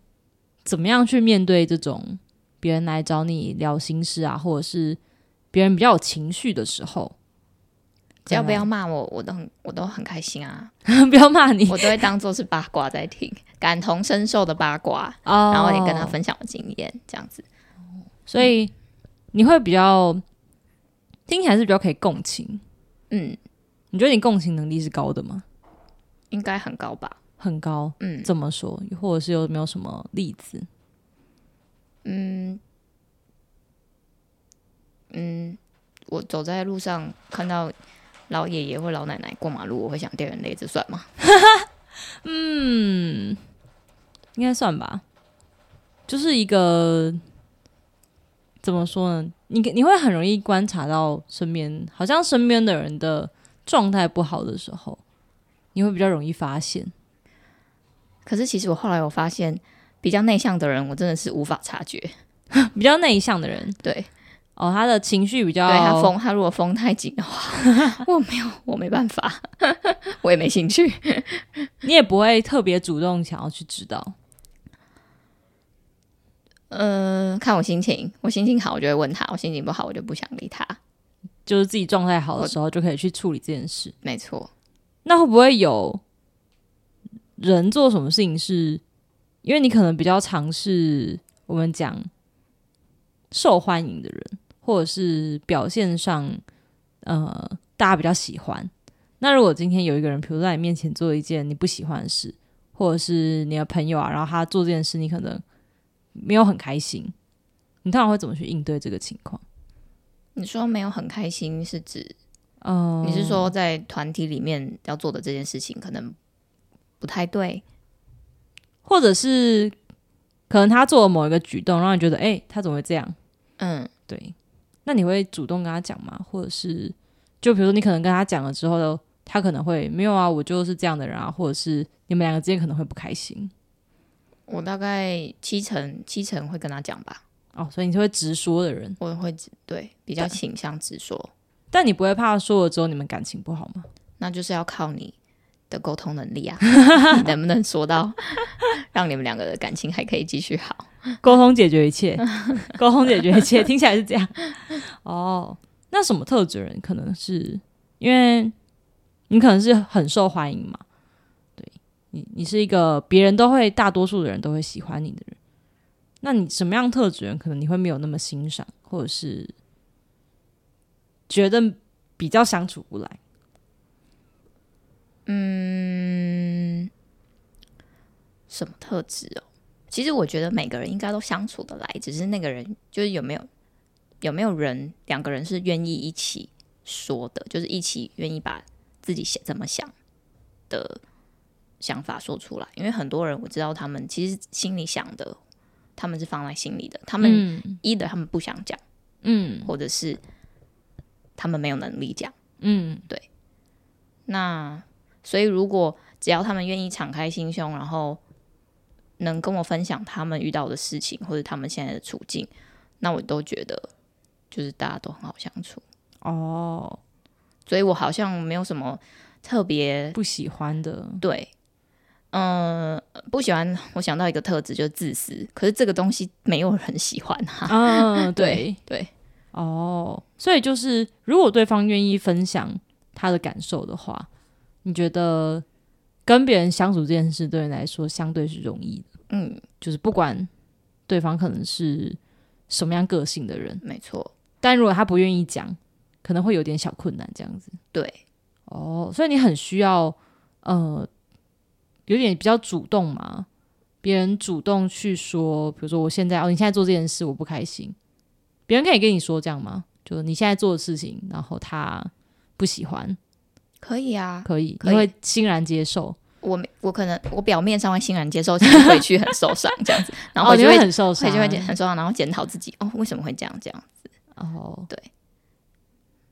S1: 怎么样去面对这种别人来找你聊心事啊，或者是别人比较有情绪的时候？
S2: 只要不
S1: 嗯
S2: 要骂我，我都很我都很开 心啊，
S1: 不要骂你，
S2: 我都会当做是八卦在听，感同身受的八卦，
S1: 哦、
S2: 然后也跟他，分享我经验，这样子。
S1: 所以你会比较听起来是比较可以共情。
S2: 嗯，
S1: 你觉得你共情能力是高的吗？
S2: 应该很高吧？
S1: 很高，
S2: 嗯
S1: 这么说，或者是有没有什么例子？
S2: 嗯嗯，我走在路上看到老爷爷或老奶奶过马路，我会想掉眼泪，这算吗？
S1: 嗯，应该算吧，就是一个怎么说呢？你你会很容易观察到身边，好像身边的人的状态不好的时候，你会比较容易发现。
S2: 可是其实我后来我发现，比较内向的人，我真的是无法察觉。
S1: 比较内向的人，
S2: 对，
S1: 哦，他的情绪比较
S2: 对他封他如果封太紧的话， 我没有，我没办法， 我也没兴趣。
S1: 你也不会特别主动想要去知道。
S2: 嗯、看我心情，我心情好我就会问他，我心情不好我就不想理他。
S1: 就是自己状态好的时候，就可以去处理这件事。
S2: 没错，
S1: 那会不会有人做什么事情是，因为你可能比较尝试我们讲受欢迎的人，或者是表现上呃大家比较喜欢。那如果今天有一个人，比如在你面前做一件你不喜欢的事，或者是你的朋友啊，然后他做这件事，你可能没有很开心，你通常会怎么去应对这个情况？
S2: 你说没有很开心是指
S1: 嗯、
S2: 你是说在团体里面要做的这件事情可能不太对？
S1: 或者是可能他做了某一个举动，让你觉得，哎、他怎么会这样？
S2: 嗯，
S1: 对，那你会主动跟他讲吗？或者是，就比如说你可能跟他讲了之后，他可能会没有啊，我就是这样的人啊，或者是你们两个之间可能会不开心
S2: 我大概七成七成会跟他讲吧，
S1: 哦，所以你是会直说的人，
S2: 我会直对比较倾向直说，
S1: 但你不会怕说了之后你们感情不好吗？
S2: 那就是要靠你的沟通能力 啊，你能不能说到让你们两个的感情还可以继续好？
S1: 沟通解决一切，沟通解决一切，听 起来是这样。哦，那什么特质的人可能是因为你可能是很受欢迎嘛？对你，你是一个别人都会，大多数的人都会喜欢你的人。那你什么样特质的人，可能你会没有那么欣赏，或者是觉得比较相处不来？
S2: 嗯，什么特质哦？其实我觉得每个人应该都相处得来，只是那个人就是有没有有没有人两个人是愿意一起说的，就是一起愿意把自己想怎么想的想法说出来。因为很多人我知道他们其实心里想的，他们是放在心里的，他
S1: 他
S2: 们
S1: 嗯
S2: 一的他们不想讲，
S1: 嗯
S2: 或者是他们没有能力讲。
S1: 嗯
S2: 那所以，如果只要他们愿意敞开心胸，然后能跟我分享他们遇到的事情或者他们现在的处境，那我都觉得就是大家都很好相处。
S1: 哦，
S2: 所以我好像没有什么特别
S1: 不喜欢的
S2: 对，嗯、不喜欢。我想到一个特质就是自私，可是这个东西没有人喜欢啊。
S1: 嗯，对
S2: 对对，
S1: 哦，所以就是如果对方愿意分享他的感受的话，你觉得跟别人相处这件事对你来说相对是容易的，
S2: 嗯，
S1: 就是不管对方可能是什么样个性的人，
S2: 没错，
S1: 但如果他不愿意讲，可能会有点小困难这样子。
S2: 对，
S1: 哦，所以你很需要呃，有点比较主动嘛，别人主动去说，比如说我现在哦，你现在做这件事我不开心，别人可以跟你说这样吗？就是你现在做的事情，然后他不喜欢，
S2: 可以啊。
S1: 可以，
S2: 可以
S1: 你会欣然接受。
S2: 我没我可能我表面上会欣然接受，其实回去很受伤这 样子，然后
S1: 哦
S2: 回
S1: 你
S2: 去
S1: 会
S2: 会、
S1: 很受
S2: 回
S1: 伤，
S2: 去会很受伤，然后检讨自己哦为什么会这样这样。
S1: 哦，
S2: 对。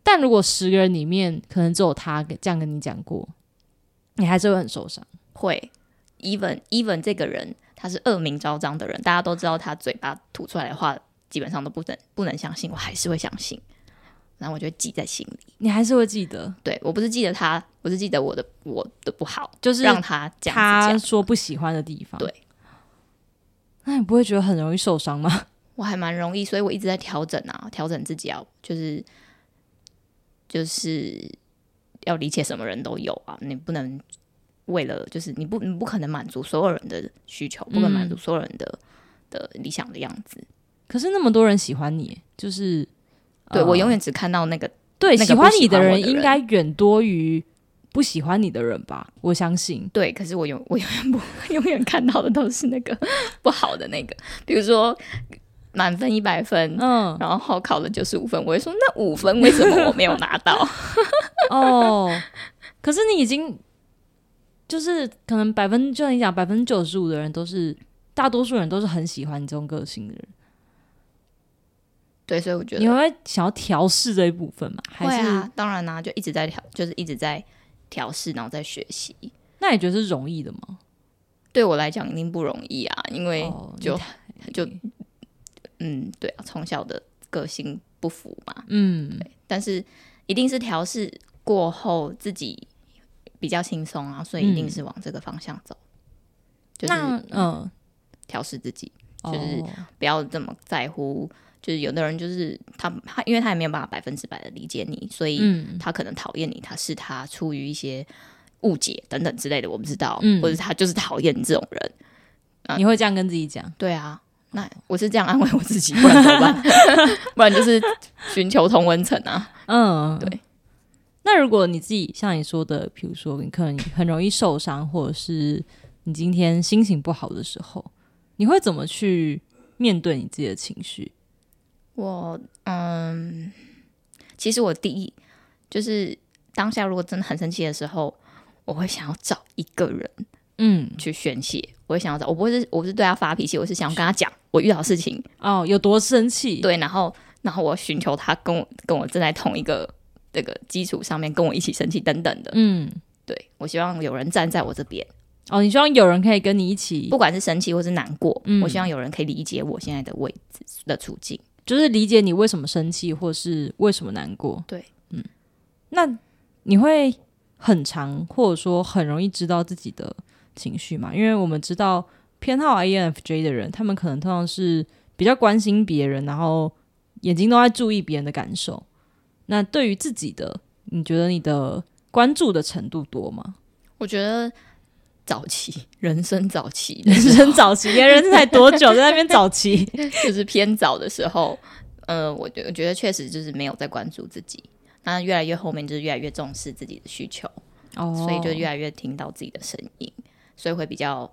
S1: 但如果十个人里面可能只有他跟这样跟你讲过，你还是会很受伤。
S2: 会，even even 这个人他是恶名昭彰的人，大家都知道他嘴巴吐出来的话基本上都不能不能相信，我还是会相信，然后我就记在心里。
S1: 你还是会记得，
S2: 对我不是记得他，我是记得我的我的不好，
S1: 就是
S2: 让他这样子
S1: 他
S2: 讲。
S1: 说不喜欢的地方。
S2: 对，
S1: 那你不会觉得很容易受伤吗？
S2: 我还蛮容易，所以我一直在调整啊，调整自己啊，就是就是要理解什么人都有啊，你不能为了就是你不你不可能满足所有人的需求，不可能满足所有人的、的理想的样子。
S1: 可是那么多人喜欢你，就是
S2: 对、
S1: 呃
S2: 我永远只看到那个
S1: 对
S2: 那个
S1: 喜欢
S2: 不喜
S1: 你的
S2: 欢我
S1: 人
S2: 的
S1: 应
S2: 人
S1: 该远多于不喜欢你的人吧？我相信。
S2: 对，可是我永 我永远不永远看到的都是那个 不好的那个，比如说满分一百分。
S1: 嗯，
S2: 然后考了九十五分，我会说那五分为什么我没有拿到？
S1: 哦， 可是你已经就是可能百分，就像你讲，百分之九十五的人都是，大多数人都是很喜欢你这种个性的人。
S2: 对，所以我觉得
S1: 你会想要调试这一部分吗？还
S2: 会
S1: 是、
S2: 啊，当然啦、就一直在调，就是一直在调试，然后在学习。
S1: 那你觉得是容易的吗？
S2: 对我来讲一定不容易啊，因为、
S1: 哦你
S2: 就
S1: 太
S2: 就嗯，对啊，从小的个性不符嘛，
S1: 嗯，
S2: 但是一定是调试过后自己比较轻松啊，所以一定
S1: 嗯
S2: 是往这个方向走，
S1: 那
S2: 就是
S1: 嗯，
S2: 调试自己，就是
S1: 哦，
S2: 不要这么在乎。就是有的人就是他他，因为他也没有办法百分之百的理解你，所以
S1: 嗯，
S2: 他可能讨厌你，他是他出于一些误解等等之类的，我不知道，
S1: 嗯
S2: 或者他就是讨厌你这种人。啊
S1: 你会这样跟自己讲？
S2: 对啊，那我是这样安慰我自己，不然怎么 办？不然就是寻求同温层啊。
S1: 嗯，
S2: 对。
S1: 那如果你自己像你说的，比如说你可能很容易受伤，或者是你今天心情不好的时候，你会怎么去面对你自己的情绪？
S2: 我嗯，其实我第一就是当下如果真的很生气的时候，我会想要找一个人
S1: 嗯，
S2: 去宣泄。我会想要找，我不是我不是对他发脾气，我是想要跟他讲我遇到的事情，
S1: 哦，有多生气？，
S2: 对，然后然后我寻求他跟我跟我站在同一个这个基础上面跟我一起生气等等的。
S1: 嗯，
S2: 对我希望有人站在我这边，
S1: 哦，你希望有人可以跟你一起
S2: 不，管是生气或是难过，
S1: 嗯
S2: 我希望有人可以理解我现在的位置的处境。
S1: 就是理解你为什么生气，或是为什么难过。
S2: 对，
S1: 嗯，那你会很长，或者说很容易知道自己的情绪嘛？因为我们知道偏好 INFJ 的人，他们可能通常是比较关心别人，然后眼睛都在注意别人的感受。那对于自己的，你觉得你的关注的程度多吗？
S2: 我觉得早期人生早 期的
S1: 人
S2: 时候
S1: 生早期，人生才多久，在那边早期？
S2: 就是偏早的时候，呃，我觉我觉得确实就是没有在关注自己。那越来越后面就是越来越重视自己的需求，
S1: 哦
S2: 所以就越来越听到自己的声音，所以会比较，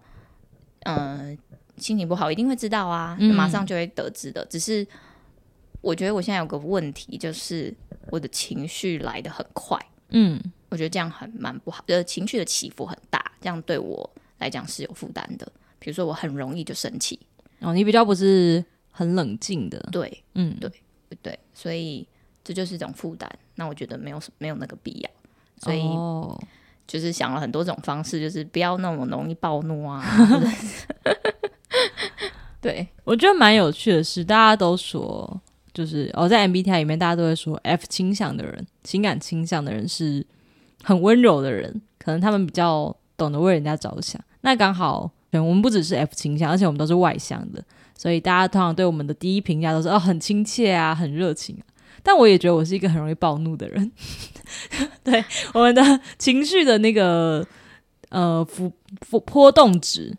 S2: 嗯、心情不好一定会知道啊，
S1: 嗯
S2: 马上就会得知的。只是我觉得我现在有个问题，就是我的情绪来的很快，
S1: 嗯
S2: 我觉得这样很蛮不好，就是情绪的起伏很大，这样对我来讲是有负担的。比如说我很容易就生气，
S1: 哦，你比较不是很冷静的，
S2: 对
S1: 嗯，
S2: 对，所以这就是一种负担。那我觉得没有什没有那个必要，所以
S1: 哦
S2: 就是想了很多种方式，就是不要那么容易暴怒 啊，或者是对
S1: 我觉得蛮有趣的是，大家都说，就是哦，在 MBTI 里面，大家都会说 F 倾向的人，情感倾向的人是很温柔的人，可能他们比较懂得为人家着想。那刚好，对我们不只是 F 倾向，而且我们都是外向的，所以大家通常对我们的第一评价都是哦，很亲切啊，很热情啊。但我也觉得我是一个很容易暴怒的人， 对我们的情绪的那个呃浮浮波动值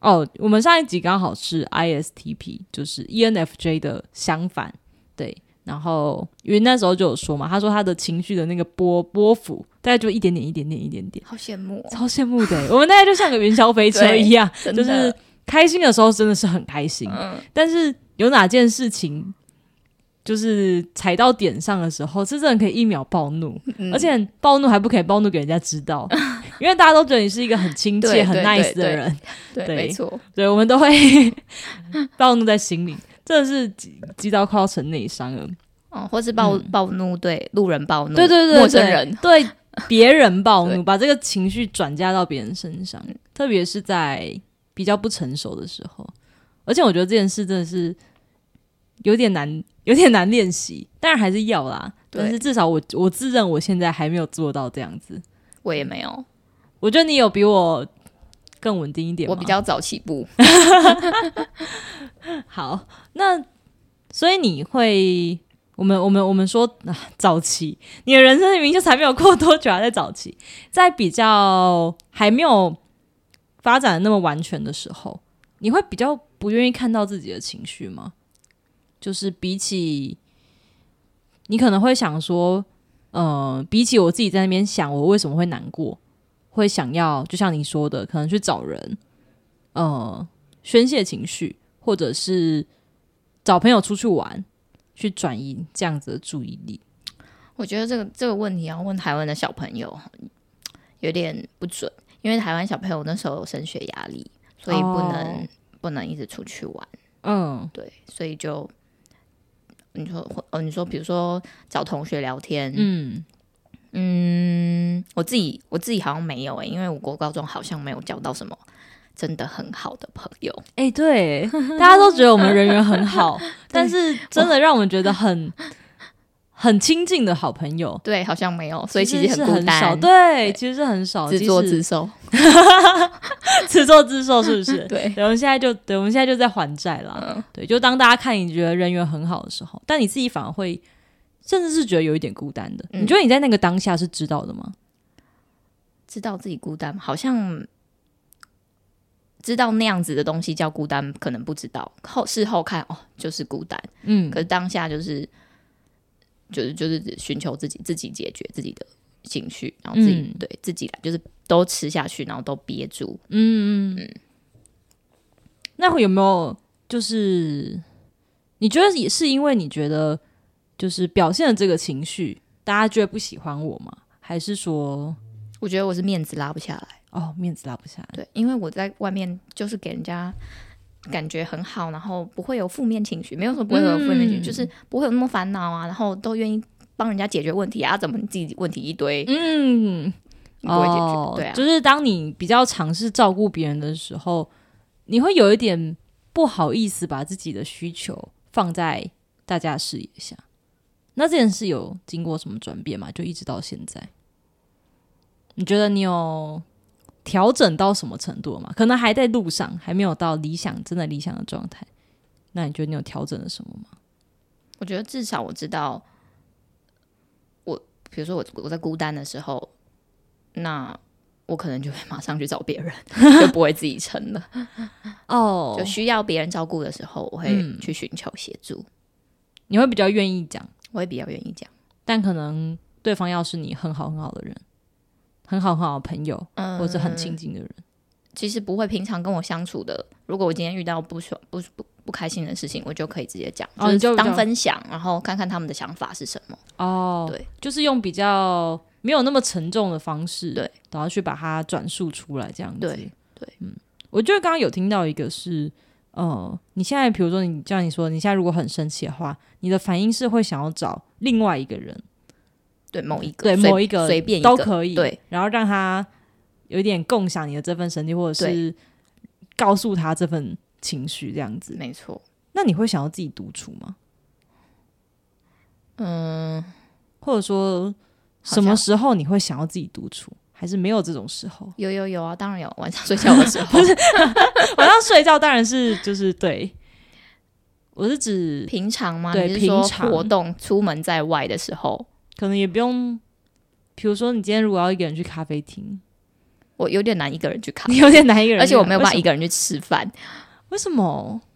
S1: 哦，我们上一集刚好是 ISTP，就是 E ENFJ 的相反，对。然后云那时候就有说嘛，他说他的情绪的那个波波幅大概就一点点、一点点、一点点，
S2: 好羡慕、 哦，
S1: 超羡慕的欸。我们大概就像个云霄飞车一样，
S2: 真
S1: 就
S2: 的
S1: 是开心的时候真的是很开心，
S2: 嗯，
S1: 但是有哪件事情就是踩到点上的时候，是真的可以一秒暴怒，
S2: 嗯
S1: 而且暴怒还不可以暴怒给人家知道，因为大家都觉得你是一个很亲切、
S2: 对
S1: 很
S2: 对
S1: nice
S2: 对
S1: 的人，
S2: 对，
S1: 对
S2: 没错，
S1: 对，我们都会 暴怒在心里，真的是急急到快要成内伤啊了。
S2: 哦，或是暴、暴怒对路人暴怒，
S1: 对对对，
S2: 陌生
S1: 对
S2: 人，
S1: 对别人暴
S2: 对
S1: 怒，把这个情绪转嫁到别人身上，特别是在比较不成熟的时候。而且我觉得这件事真的是有点难，有点难练习，当然还是要啦。
S2: 对
S1: 但是至少我我自认我现在还没有做到这样子。
S2: 我也没有，
S1: 我觉得你有比我更稳定一点吗，
S2: 我比较早起步，
S1: 好，那所以你会，我们我们我们说啊，早期，你的人生明明就才没有过多久，还在早期，在比较还没有发展的那么完全的时候，你会比较不愿意看到自己的情绪吗？就是比起你可能会想说，呃，比起我自己在那边想我为什么会难过，会想要就像你说的，可能去找人，呃，宣泄情绪，或者是找朋友出去玩，去转移这样子的注意力。
S2: 我觉得这个这个问题要问台湾的小朋友，有点不准，因为台湾小朋友那时候有升学压力，所以不能、
S1: 哦
S2: 不能一直出去玩，
S1: 嗯，
S2: 对，所以就你说哦，你说比如说找同学聊天，
S1: 嗯，
S2: 嗯，我自己我自己好像没有诶、欸因为我国高中好像没有交到什么真的很好的朋友，
S1: 哎、 对，大家都觉得我们人缘很 好，但是真的让我们觉得很很亲近的好朋友，
S2: 对，好像没有，所以其
S1: 实
S2: 实
S1: 是
S2: 孤
S1: 很少。
S2: 单，，
S1: 对，其实是很少，
S2: 自
S1: 即
S2: 作
S1: 使
S2: 自受，
S1: 自作自受，是不是？
S2: 对，
S1: 对，我们现在就对，我们现在就在还债啦。
S2: 嗯，
S1: 对，就当大家看你觉得人缘很好的时候，但你自己反而会，甚至是觉得有一点孤单的。
S2: 嗯
S1: 你觉得你在那个当下是知道的吗？
S2: 知道自己孤单吗，好像知道那样子的东西叫孤单，可能不知道，后事后看哦，就是孤单，
S1: 嗯
S2: 可是当下就是就是就是寻求自己自己解决自己的情绪，然后自己、
S1: 嗯
S2: 对自己来，就是都吃下去，然后都憋住，
S1: 嗯，嗯，那会有没有就是你觉得也是因为你觉得就是表现了这个情绪，大家觉得不喜欢我吗？还是说
S2: 我觉得我是面子拉不下来。
S1: 哦面子拉不下来？
S2: 对，因为我在外面就是给人家感觉很好，然后不会有负面情绪，没有说不会有负面情绪，
S1: 嗯
S2: 就是不会有那么烦恼啊，然后都愿意帮人家解决问题啊，怎么你自己问题一堆、
S1: 嗯，
S2: 你不会解决？
S1: 哦
S2: 对啊，
S1: 就是当你比较尝试照顾别人的时候，你会有一点不好意思把自己的需求放在大家的视野下。那这件事有经过什么转变吗？就一直到现在，你觉得你有调整到什么程度了吗？可能还在路上，还没有到理想真的理想的状态。那你觉得你有调整了什么吗？
S2: 我觉得至少我知道，我比如说我我在孤单的时候，那。我可能就会马上去找 别人，就不会自己撑了。
S1: 哦
S2: 就需要别人照顾的时候，我会
S1: 嗯
S2: 去寻求协助，
S1: 你会比较愿意讲，
S2: 我会比较愿意讲。
S1: 但可能对方要是你很好很好的人，很好很好的朋友，
S2: 嗯，
S1: 或者很亲近的人。
S2: 其实不会平常跟我相处的，如果我今天遇到不爽、不不不开心的事情，我就可以直接讲，
S1: 哦你就
S2: 就
S1: 是比较
S2: 当分享，然后看看他们的想法是什么。
S1: 哦
S2: 对，
S1: 就是用比较没有那么沉重的方式，
S2: 对，
S1: 然后去把它转述出来，这样子。
S2: 对，对
S1: 嗯，我觉得刚刚有听到一个是，呃，你现在比如说你像你说，你现在如果很生气的话，你的反应是会想要找另外一个人，
S2: 对某一个，
S1: 对
S2: 随
S1: 某一个
S2: 随便一
S1: 都
S2: 个，
S1: 可以，
S2: 对，
S1: 然后让他有一点共享你的这份神经，或者是告诉他这份情绪这样子。
S2: 没错。
S1: 那你会想要自己独处吗？
S2: 嗯，
S1: 或者说
S2: 好
S1: 什么
S2: 像？
S1: 时候你会想要自己独处？还是没有这种时候
S2: 有有有啊，当然有，晚上睡觉的时 候，
S1: 晚上睡觉当然是就是对，我是指
S2: 平常吗？
S1: 对
S2: 你是说
S1: 平常
S2: 活动、出门在外的时候，
S1: 可能也不用，比如说你今天如果要一个人去咖啡厅，
S2: 我有点难一个人去看
S1: 你，有点难一个人去，
S2: 而且我没有办法一
S1: 为什
S2: 个人去吃饭。
S1: 为什么？啊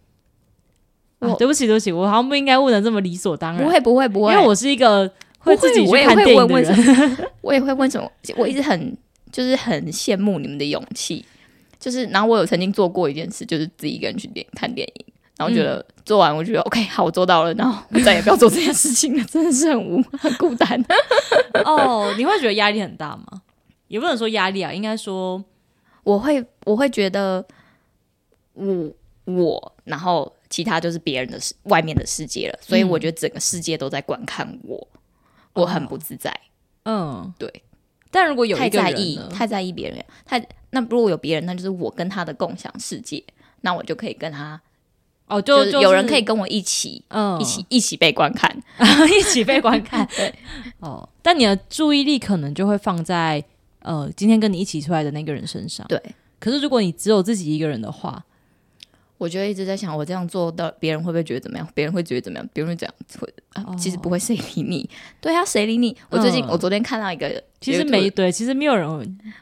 S2: 我
S1: 对不起，对不起，我好像不应该问的这么理所当然，
S2: 不会不会不会，
S1: 因为我是一个
S2: 不会
S1: 自己
S2: 我
S1: 去
S2: 也
S1: 看
S2: 会
S1: 电影
S2: 问
S1: 的
S2: 为什
S1: 人。
S2: 我也会问什么，我一直很就是很羡慕你们的勇气，就是然后我有曾经做过一件事，就是自己一个人去电看电影，然后觉得、做完我觉得 OK 好，我做到了，然后我再也不要做这件 事情了，真的是很无很孤单。
S1: 哦，你会觉得压力很大吗？也不能说压力啊，应该说
S2: 我会我会觉得我我，然后其他就是别人的世外面的世界了，所以
S1: 嗯
S2: 我觉得整个世界都在观看我，我很不自在。
S1: 嗯
S2: 对。
S1: 但如果有
S2: 太
S1: 一个
S2: 在
S1: 人
S2: 意
S1: 呢
S2: 太在意别人，太那如果有别人，那就是我跟他的共享世界，那我就可以跟他，
S1: 哦，就
S2: 就是
S1: 就
S2: 有人
S1: 是
S2: 可以跟我一起。
S1: 嗯
S2: 一起一起被观看，
S1: 一起被观看。
S2: 对，
S1: 哦，但你的注意力可能就会放在呃今天跟你一起出来的那个人身上。
S2: 对
S1: 可是如果你只有自己一个人的话，
S2: 我就一直在想，我这样做到别人会不会觉得怎么样？别人会觉得怎么样？别人会怎样？会啊
S1: 哦
S2: 其实不会，谁理你？对啊，谁理你？我最近、
S1: 嗯
S2: 我昨天看到一个，
S1: 其实
S2: YouTube-
S1: 没对，其实没有人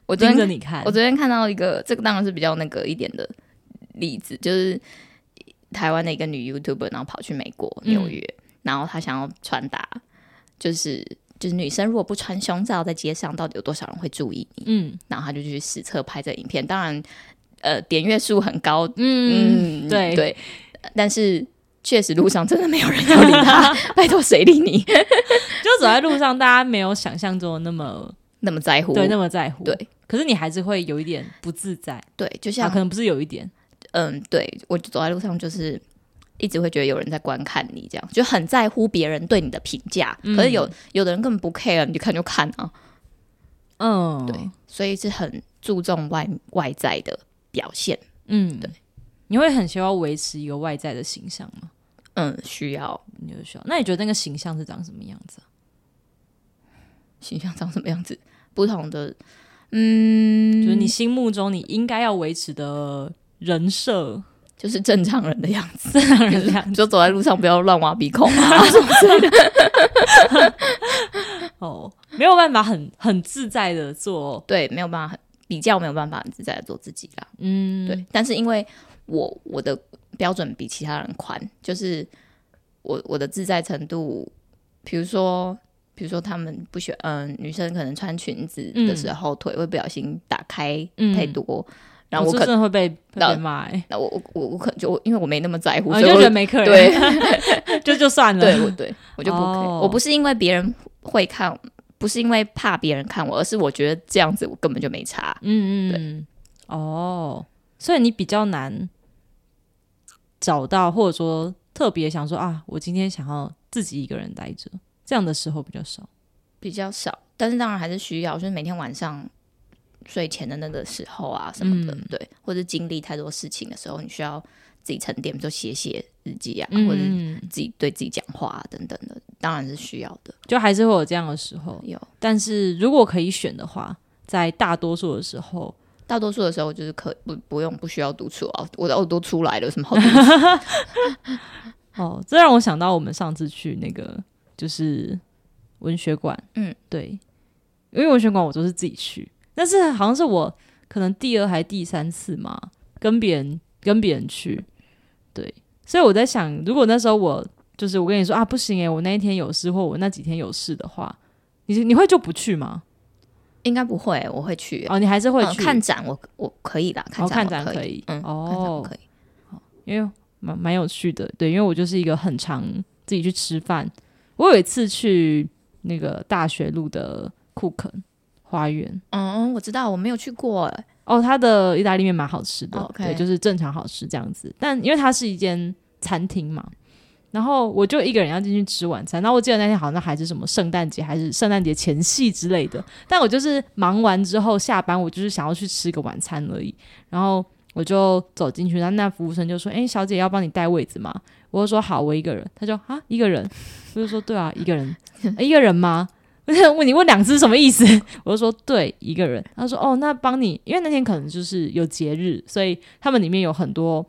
S2: 我昨
S1: 盯着
S2: 天
S1: 你看
S2: 我。昨天看到一个，这个当然是比较那个一点的例子，就是台湾的一个女 YouTuber，然后跑去美国
S1: 嗯
S2: 纽约，然后她想要传达，就是就是女生如果不穿胸罩在街上，到底有多少人会注意你？
S1: 嗯
S2: 然后她就去实测拍这影片，当然，呃，点阅数很高，
S1: 嗯，
S2: 嗯，
S1: 对
S2: 对，但是。确实，路上真的没有人要理 她，拜托谁理你？
S1: 就走在路上，大家没有想象中的那么
S2: 那么在乎？
S1: 对那么在乎。
S2: 对，
S1: 可是你还是会有一点不自在，
S2: 对，
S1: 啊，
S2: 就像
S1: 可能不是有一点，
S2: 嗯，对我走在路上就是一直会觉得有人在观看你，这样就很在乎别人对你的评价。可是有有的人根本不 care，你就看就看啊，
S1: 嗯，
S2: 对，，所以是很注重外外在的表现。
S1: 嗯，
S2: 对。
S1: 你会很希望维持一个外在的形象吗？
S2: 嗯，需要
S1: 你就需要。那你觉得那个形象是长什么样子啊、
S2: 形象长什么样子？不同的
S1: 就是你心目中你应该要维持的人设，
S2: 就是正常人的样子，
S1: 让人这样
S2: 你 就走在路上不要乱挖鼻孔啊什么之类的。
S1: 哦，没有办法很很自在的做，
S2: 对，没有办法很比较，没有办法很自在的做自己啦。
S1: 嗯，
S2: 对，，但是因为我我的标准比其他人宽，就是我我的自在程度，比如说比如说他们不喜欢，嗯、女生可能穿裙子的时候、腿会不小心打开
S1: 嗯哦
S2: 太多，然后我
S1: 这
S2: 可
S1: 真的会被会
S2: 那
S1: 被骂、欸，
S2: 那我我我我可能就因为我没那么在乎，
S1: 啊
S2: 所以
S1: 就
S2: 我
S1: 觉得没客人，
S2: 对
S1: 就就算了，
S2: 对我对我就不可以，
S1: 哦
S2: 我不是因为别人会看。不是因为怕别人看我，而是我觉得这样子我根本就没差。
S1: 嗯嗯嗯，哦，所以你比较难找到，或者说特别想说啊，我今天想要自己一个人待着，这样的时候比较少，
S2: 比较少，但是当然还是需要，就是每天晚上睡前的那个时候啊什么的，
S1: 嗯
S2: 对，或者经历太多事情的时候，你需要自己沉淀，就写写日记啊，或者是
S1: 嗯，
S2: 自己对自己讲话、啊、等等的，当然是需要的。
S1: 就还是会有这样的时候，
S2: 有
S1: 但是如果可以选的话，在大多数的时候。
S2: 大多数的时候就是可不不用不需要独处啊，我我都出来了，有什么好独处？
S1: 哦，这让我想到我们上次去那个就是文学馆，
S2: 嗯，
S1: 对，因为文学馆我都是自己去，但是好像是我可能第二还第三次嘛，跟别人跟别人去，对，所以我在想，如果那时候我就是我跟你说啊，不行诶，我那一天有事或我那几天有事的话，你你会就不去吗？
S2: 应该不会，我会去。
S1: 哦，你还是会
S2: 嗯
S1: 去、
S2: 看展我，我可以啦，看
S1: 哦
S2: 展
S1: 看展
S2: 我可
S1: 可以
S2: 嗯，看展我
S1: 哦
S2: 可以。
S1: 因为蛮蛮有趣的，对，因为我就是一个很常自己去吃饭。我有一次去那个大学路的库肯花园，
S2: 嗯，我知道，我没有去过欸，
S1: 哦，它的意大利面蛮好吃的
S2: OK
S1: 对，就是正常好吃这样子。但因为它是一间餐厅嘛，然后我就一个人要进去吃晚餐。然后我记得那天好像还是什么圣诞节，还是圣诞节前夕之类的。但我就是忙完之后下班，我就是想要去吃个晚餐而已。然后我就走进去，然后那服务生就说：“哎、小姐要帮你带位子吗？”我就说：“好，我一个人。”他就啊，一个人？我就说：“对啊，一个 人，诶一个人吗？” 我就问你问两次是什么意思？ 我就说对，一个人。他说哦，那帮你，因为那天可能就是有节日，所以他们里面有很多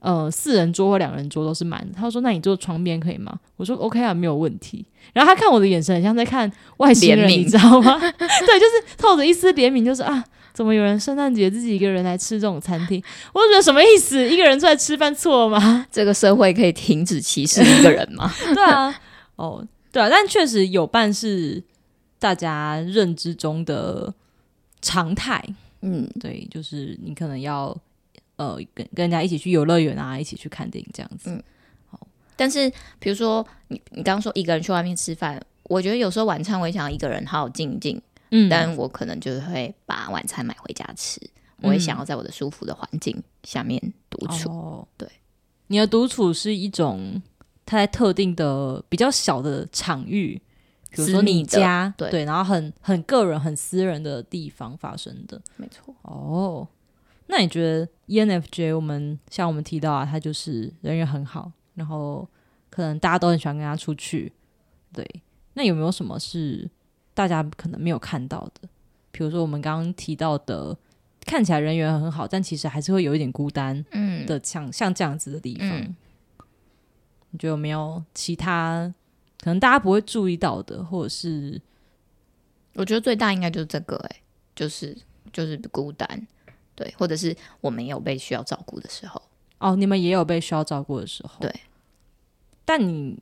S1: 呃四人桌或两人桌都是满的。他说那你坐窗边可以吗？我说 OK 啊，没有问题。然后他看我的眼神很像在看外星人，
S2: 怜悯
S1: 你知道吗？对， 就是透着一丝怜悯，就是啊。怎么有人圣诞节自己一个人来吃这种餐厅？我就觉得什么意思？一个人出来吃饭错吗？
S2: 这个社会可以停止歧视一个人吗？
S1: 对啊，哦，对啊，但确实有伴是大家认知中的常态。
S2: 嗯，
S1: 对，就是你可能要呃跟跟人家一起去游乐园啊，一起去看电影这样子。
S2: 嗯但是，比如说你你刚刚说一个人去外面吃饭，我觉得有时候晚餐我也想要一个人好好静一静，
S1: 嗯，
S2: 但我可能就会把晚餐买回家吃。我也想要在我的舒服的环境下面独处。
S1: 哦，
S2: 对，
S1: 你的独处是一种它在特定的比较小的场域，比如说
S2: 私密
S1: 你
S2: 的
S1: 家，
S2: 对
S1: 然后很很个人、很私人的地方发生的。
S2: 没错，
S1: 哦，那你觉得 E ENFJ 我们像我们提到啊，他就是人缘很好，然后可能大家都很喜欢跟他出去，对。那有没有什么是大家可能没有看到的？比如说我们刚刚提到的，看起来人缘很好，但其实还是会有一点孤单
S2: 嗯，
S1: 的像，像这样子的地方，
S2: 嗯
S1: 你觉得有没有其他可能大家不会注意到的，或者是
S2: 我觉得最大应该就是这个、欸，哎，就是就是孤单，对，或者是我们有被需要照顾的时候，
S1: 哦，你们也有被需要照顾的时候，
S2: 对，
S1: 但你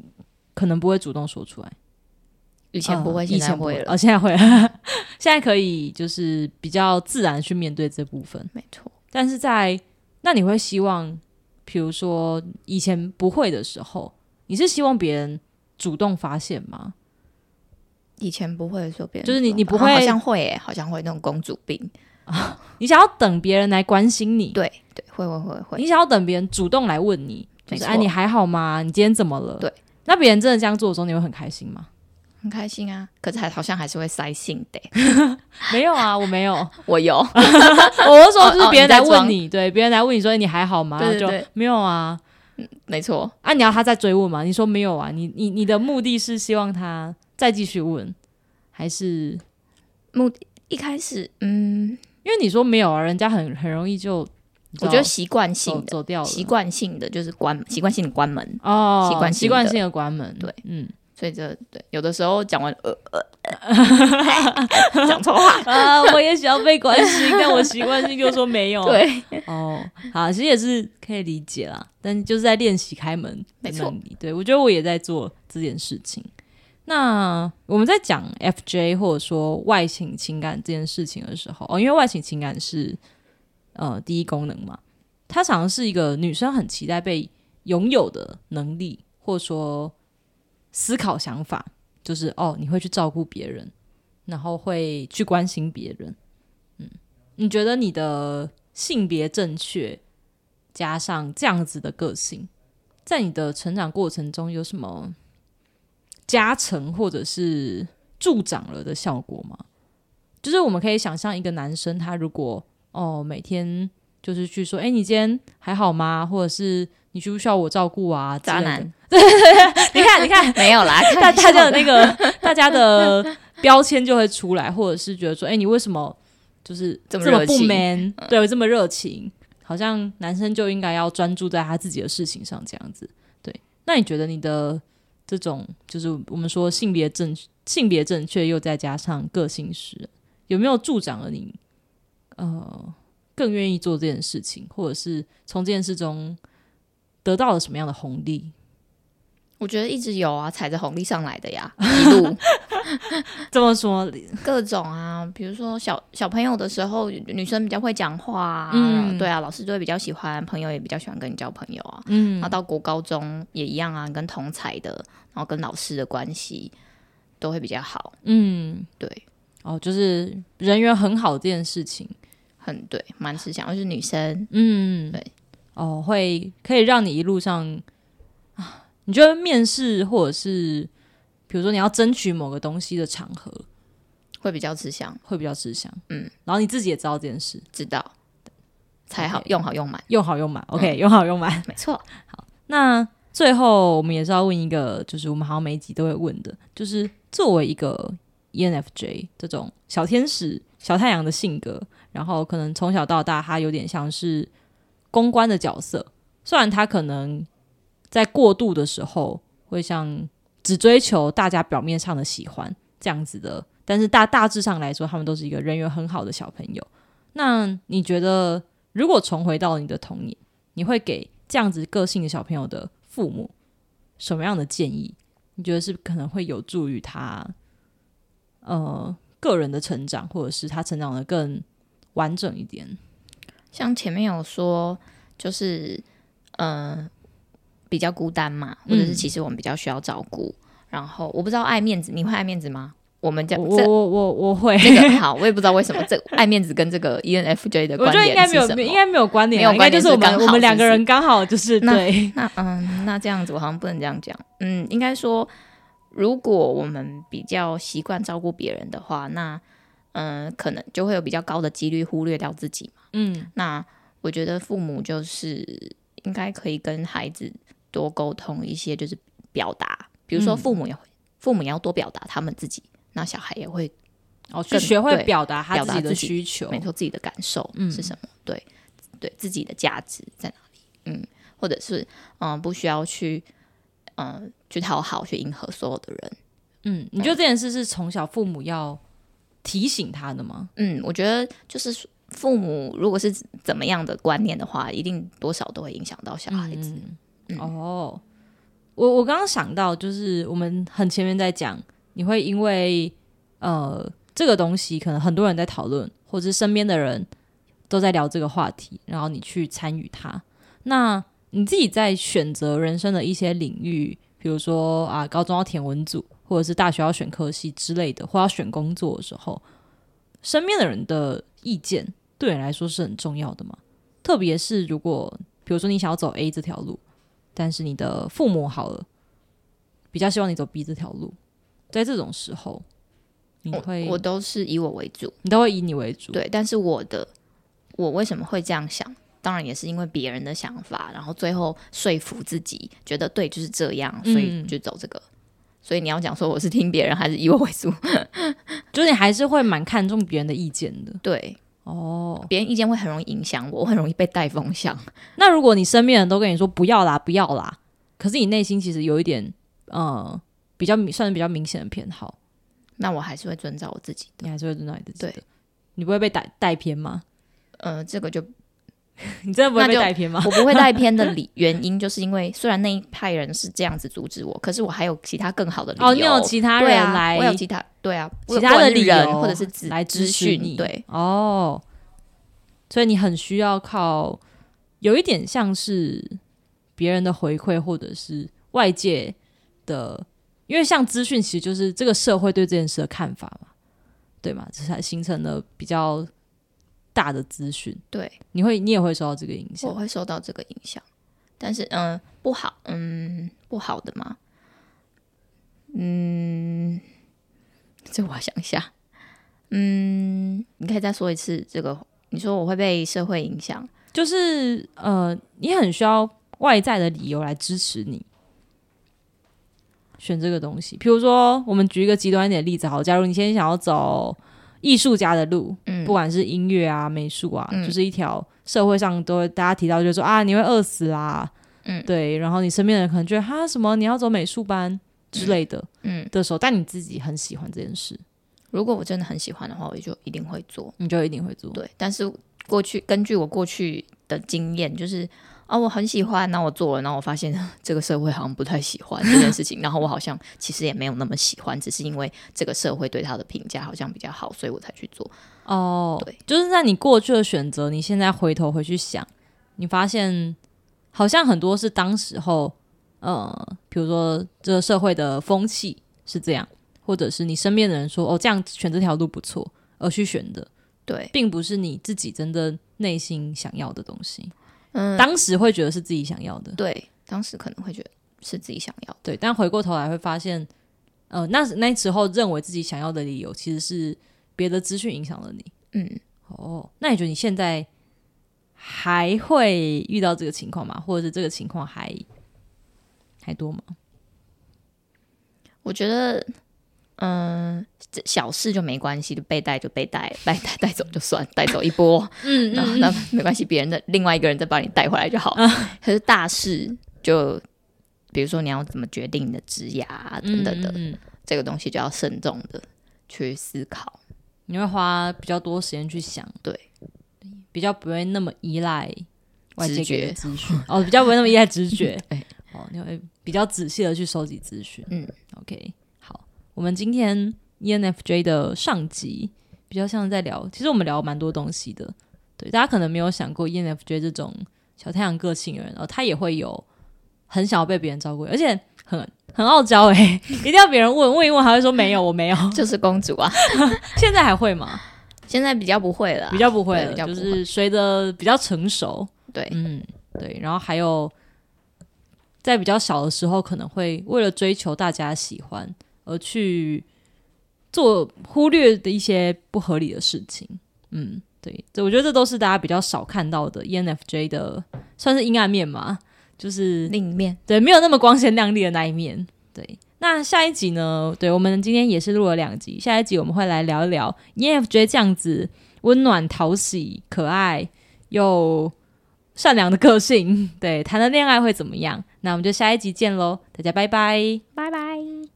S1: 可能不会主动说出来，
S2: 以
S1: 以
S2: 前不会，
S1: 嗯以
S2: 现在
S1: 前不
S2: 会了，
S1: 哦，现在会， 现在可以就是比较自然去面对这部分，
S2: 没错，
S1: 但是在那你会希望，比如说以前不会的时候，你是希望别人主动发现吗？
S2: 以前不会的时候，别人
S1: 就是你
S2: 说
S1: 你不
S2: 好
S1: 会
S2: 好像会、欸，好像会那种公主病，
S1: 你想要等别人来关心你，
S2: 对对，会会会会，
S1: 你想要等别人主动来问你，就
S2: 没
S1: 是
S2: 错
S1: 哎，你还好吗？你今天怎么了？
S2: 对，
S1: 那别人真的这样做的时候，你会很开心吗？
S2: 很开心啊，可是还好像还是会塞信的欸、
S1: 没有啊，我没有。
S2: 我 有，
S1: 我是说，就
S2: 哦
S1: 是
S2: 哦
S1: 别人
S2: 你在
S1: 来问
S2: 装
S1: 你，对，别人来问你说你还好吗？然后
S2: 对对
S1: 就
S2: 对
S1: 没有啊。
S2: 没错，
S1: 啊，你要他再追问吗？你说没有啊。你你你的目的是希望他再继续问，还是
S2: 一开始，嗯，
S1: 因为你说没有啊，人家很很容易就你知
S2: 我
S1: 道
S2: 觉得习惯
S1: 走
S2: 性的，
S1: 走掉哦了，
S2: 习惯性的就是关习惯性的关门，
S1: 哦，
S2: 习惯性
S1: 习惯
S2: 的
S1: 性的关门，
S2: 对，
S1: 嗯。
S2: 所以这对有的时候讲完呃 呃，呃 讲错话，
S1: 啊，我也想要被关心，但我习惯性就说没有。
S2: 对，
S1: 哦，好，其实也是可以理解啦，但就是在练习开门的
S2: 没错
S1: 能力。对我觉得我也在做这件事情。那我们在讲 FJ 或者说外倾情感这件事情的时候，哦，因为外倾情感是呃第一功能嘛，它常常是一个女生很期待被拥有的能力，或者说思考想法，就是哦，你会去照顾别人，然后会去关心别人。嗯，你觉得你的性别正确，加上这样子的个性，在你的成长过程中有什么加成或者是助长了的效果吗？就是我们可以想象一个男生，他如果哦每天就是去说，哎、你今天还好吗？或者是你需不需要我照顾啊？之类
S2: 渣
S1: 的
S2: 男，
S1: 你看，你看，
S2: 没有啦，
S1: 大
S2: 开
S1: 大
S2: 玩
S1: 家的
S2: 笑
S1: 那个大家的标签就会出来，或者是觉得说，哎、你为什么就是
S2: 这么
S1: 么
S2: 热
S1: 不
S2: 情
S1: man，对，这么热情，好像男生就应该要专注在他自己的事情上，这样子。对，那你觉得你的这种就是我们说性别正性别正确，又再加上个性使，有没有助长了你呃更愿意做这件事情，或者是从这件事中得到了什么样的红利？
S2: 我觉得一直有啊，踩着红利上来 的呀，一路
S1: 这么说，
S2: 各种啊，比如说小小朋友的时候，女生比较会讲话啊，
S1: 嗯
S2: 对啊，老师就会比较喜欢，朋友也比较喜欢跟你交朋友啊，
S1: 嗯
S2: 然后到国高中也一样啊，跟同才的，然后跟老师的关系都会比较好，
S1: 嗯，
S2: 对，
S1: 哦，就是人缘很好这件事情，
S2: 很对，蛮吃香，就是女生
S1: 嗯，
S2: 对，
S1: 哦，会可以让你一路上啊，你觉得面试或者是比如说你要争取某个东西的场合
S2: 会比较吃香，
S1: 会比较吃香，
S2: 嗯，
S1: 然后你自己也知道这件事，
S2: 知道才好
S1: OK
S2: 用好用满，
S1: 用好用满，OK，、用好用满。
S2: 没错，
S1: 那最后我们也是要问一个，就是我们好像每一集都会问的，就是作为一个 E ENFJ 这种小天使、小太阳的性格，然后可能从小到大他有点像是公关的角色，虽然他可能在过度的时候会像只追求大家表面上的喜欢这样子的，但是大大致上来说，他们都是一个人缘很好的小朋友。那你觉得，如果重回到你的童年？你会给这样子个性的小朋友的父母什么样的建议？你觉得是可能会有助于他呃个人的成长，或者是他成长的更完整一点？
S2: 像前面有说，就是嗯、呃比较孤单嘛，或者是
S1: 嗯
S2: 其实我们比较需要照顾。然后我不知道爱面子，你会爱面子吗？我们讲
S1: 我
S2: 这
S1: 我我我会，
S2: 这个好，我也不知道为什么这个爱面子跟这个 E ENFJ 的
S1: 我
S2: 关
S1: 觉得应
S2: 联
S1: 该没
S2: 是什
S1: 有，
S2: 么。
S1: 应该没有关联啊，
S2: 没有
S1: 应该
S2: 关
S1: 就
S2: 联
S1: 是我们
S2: 是刚好
S1: 我们两
S2: 是
S1: 个
S2: 不是
S1: 人刚好就是
S2: 那
S1: 对，
S2: 那嗯，那这样子我好像不能这样讲。嗯，应该说，如果我们比较习惯照顾别人的话，那嗯、呃可能就会有比较高的几率忽略掉自己嘛。
S1: 嗯
S2: 那我觉得父母就是应该可以跟孩子多沟通一些，就是表达，比如说
S1: 嗯
S2: 父母也会，父母也要多表达他们自己，那小孩也会
S1: 哦，去
S2: 更
S1: 学会
S2: 对
S1: 表达他
S2: 表
S1: 自
S2: 达
S1: 己的
S2: 自己
S1: 需求
S2: 没，错，自己的感受
S1: 嗯
S2: 是什么，对对，自己的价值在哪里，嗯，或者是嗯、呃不需要去嗯、呃去讨好、去迎合所有的人，
S1: 嗯，你觉得这件事是从小父母要提醒他的吗？
S2: 嗯，我觉得就是父母如果是怎么样的观念的话，一定多少都会影响到小孩子，嗯
S1: 哦，我我刚刚想到，就是我们很前面在讲，你会因为呃这个东西，可能很多人在讨论，或者是身边的人都在聊这个话题，然后你去参与它。那你自己在选择人生的一些领域，比如说啊，高中要填文组，或者是大学要选科系之类的，或要选工作的时候，身边的人的意见对你来说是很重要的嘛？特别是如果比如说你想要走 A 这条路，但是你的父母好了，比较希望你走 B 这条路，在这种时候，你会嗯
S2: 我我都是以我为主，
S1: 你都会以你为主，
S2: 对，但是我的我为什么会这样想？当然也是因为别人的想法，然后最后说服自己，觉得对就是这样，所以
S1: 嗯
S2: 就走这个。所以你要讲说我是听别人还是以我为主？
S1: 就是你还是会蛮看重别人的意见的
S2: 对，
S1: 哦。
S2: 别人意见会很容易影响我，我很容易被带风向。
S1: 那如果你身边人都跟你说不要啦，不要啦，可是你内心其实有一点，呃，比较明算是比较明显的偏好，
S2: 那我还是会遵照我自己的。
S1: 你还是会遵照你自己的
S2: 对。
S1: 你不会被带带偏吗？
S2: 呃，这个就
S1: 你真的不会
S2: 那
S1: 被
S2: 就
S1: 带偏吗？
S2: 我不会带偏的理原因，就是因为虽然那一派人是这样子阻止我，可是我还 有其他更好的理由。
S1: 哦，你有其他人
S2: 对啊，
S1: 来，
S2: 我有其他对啊，
S1: 其他的理
S2: 不管是人
S1: 由
S2: 或者是资
S1: 来
S2: 资
S1: 支持你
S2: 讯，对，
S1: 哦，所以你很需要靠有一点像是别人的回馈或者是外界的，因为像资讯其实就是这个社会对这件事的看法嘛，对嘛，这才形成了比较大的资讯，
S2: 对，
S1: 你会你也会受到这个影响
S2: 我，会受到这个影响。但是，嗯、不好，嗯，不好的嘛，嗯，这我要想一下。嗯，你可以再说一次这个。你说我会被社会影响，
S1: 就是呃，你很需要外在的理由来支持你选这个东西。比如说，我们举一个极端一点的例子，好，假如你现在想要走艺术家的路，
S2: 嗯
S1: 不管是音乐啊、美术啊，
S2: 嗯
S1: 就是一条社会上都会大家提到，就是说啊，你会饿死啦，
S2: 嗯
S1: 对，然后你身边的人可能觉得哈什么你要走美术班之类的、
S2: 嗯，
S1: 的时候，但你自己很喜欢这件事，
S2: 如果我真的很喜欢的话，我就一定会做。
S1: 你就一定会做。
S2: 对，但是过去根据我过去的经验，就是啊，我很喜欢，那我做了，然后我发现 这个社会好像不太喜欢这件事情，然后我好像其实也没有那么喜欢，只是因为这个社会对他的评价好像比较好，所以我才去做。
S1: 哦，
S2: 对，
S1: 就是在你过去的选择，你现在回头回去想，你发现好像很多是当时候，呃，比如说这个社会的风气是这样，或者是你身边的人说哦这样选这条路不错而去选的，
S2: 对，
S1: 并不是你自己真的内心想要的东西，
S2: 嗯，
S1: 当时会觉得是自己想要的，
S2: 对，当时可能会觉得是自己想要的，
S1: 对，但回过头来会发现，呃，那那时候认为自己想要的理由其实是别的资讯影响了你。
S2: 嗯，
S1: 哦，那你觉得你现在还会遇到这个情况吗？或者是这个情况还还多吗？
S2: 我觉得。嗯，这小事就没关系，就被带就被带，带带带走就算，带走一波，
S1: 嗯啊
S2: 然 后那没关系，别人的另外一个人再把你带回来就好。可是大事就比如说你要怎么决定你的职涯啊等等的，
S1: 嗯，
S2: 这个东西就要慎重的去思考。
S1: 你会花比较多时间去想，
S2: 对，
S1: 比较不会那么依赖外界
S2: 直
S1: 给的
S2: 觉，
S1: 资讯，哦，比较不会那么依赖直觉
S2: 对
S1: 哦，你会比较仔细的去收集资讯，
S2: 嗯
S1: ，OK，好，我们今天 E ENFJ 的上集比较像在聊，其实我们聊蛮多东西的，对，大家可能没有想过 E ENFJ 这种小太阳个性的人，哦，他也会有很想要被别人照顾，而且很很傲娇哎、 一定要别人问问一问，还会说没有，我没有。
S2: 就是公主啊，
S1: 现在还会吗？
S2: 现在比较不会了啊，
S1: 比较不会
S2: 对
S1: 了，
S2: 比较
S1: 就
S2: 不会
S1: 是随着比较成熟，
S2: 对，
S1: 嗯，对。然后还有在比较小的时候，可能会为了追求大家喜欢而去做忽略的一些不合理的事情，嗯，对。这我觉得这都是大家比较少看到的 E ENFJ 的算是阴暗面嘛，就是
S2: 另一面
S1: 对，没有那么光鲜亮丽的那一面。对，那下一集呢？对我们今天也是录了两集，下一集我们会来聊一聊 E ENFJ 这样子温暖、讨喜、可爱又善良的个性，对，谈了恋爱会怎么样？那我们就下一集见喽，大家拜拜。
S2: 拜拜。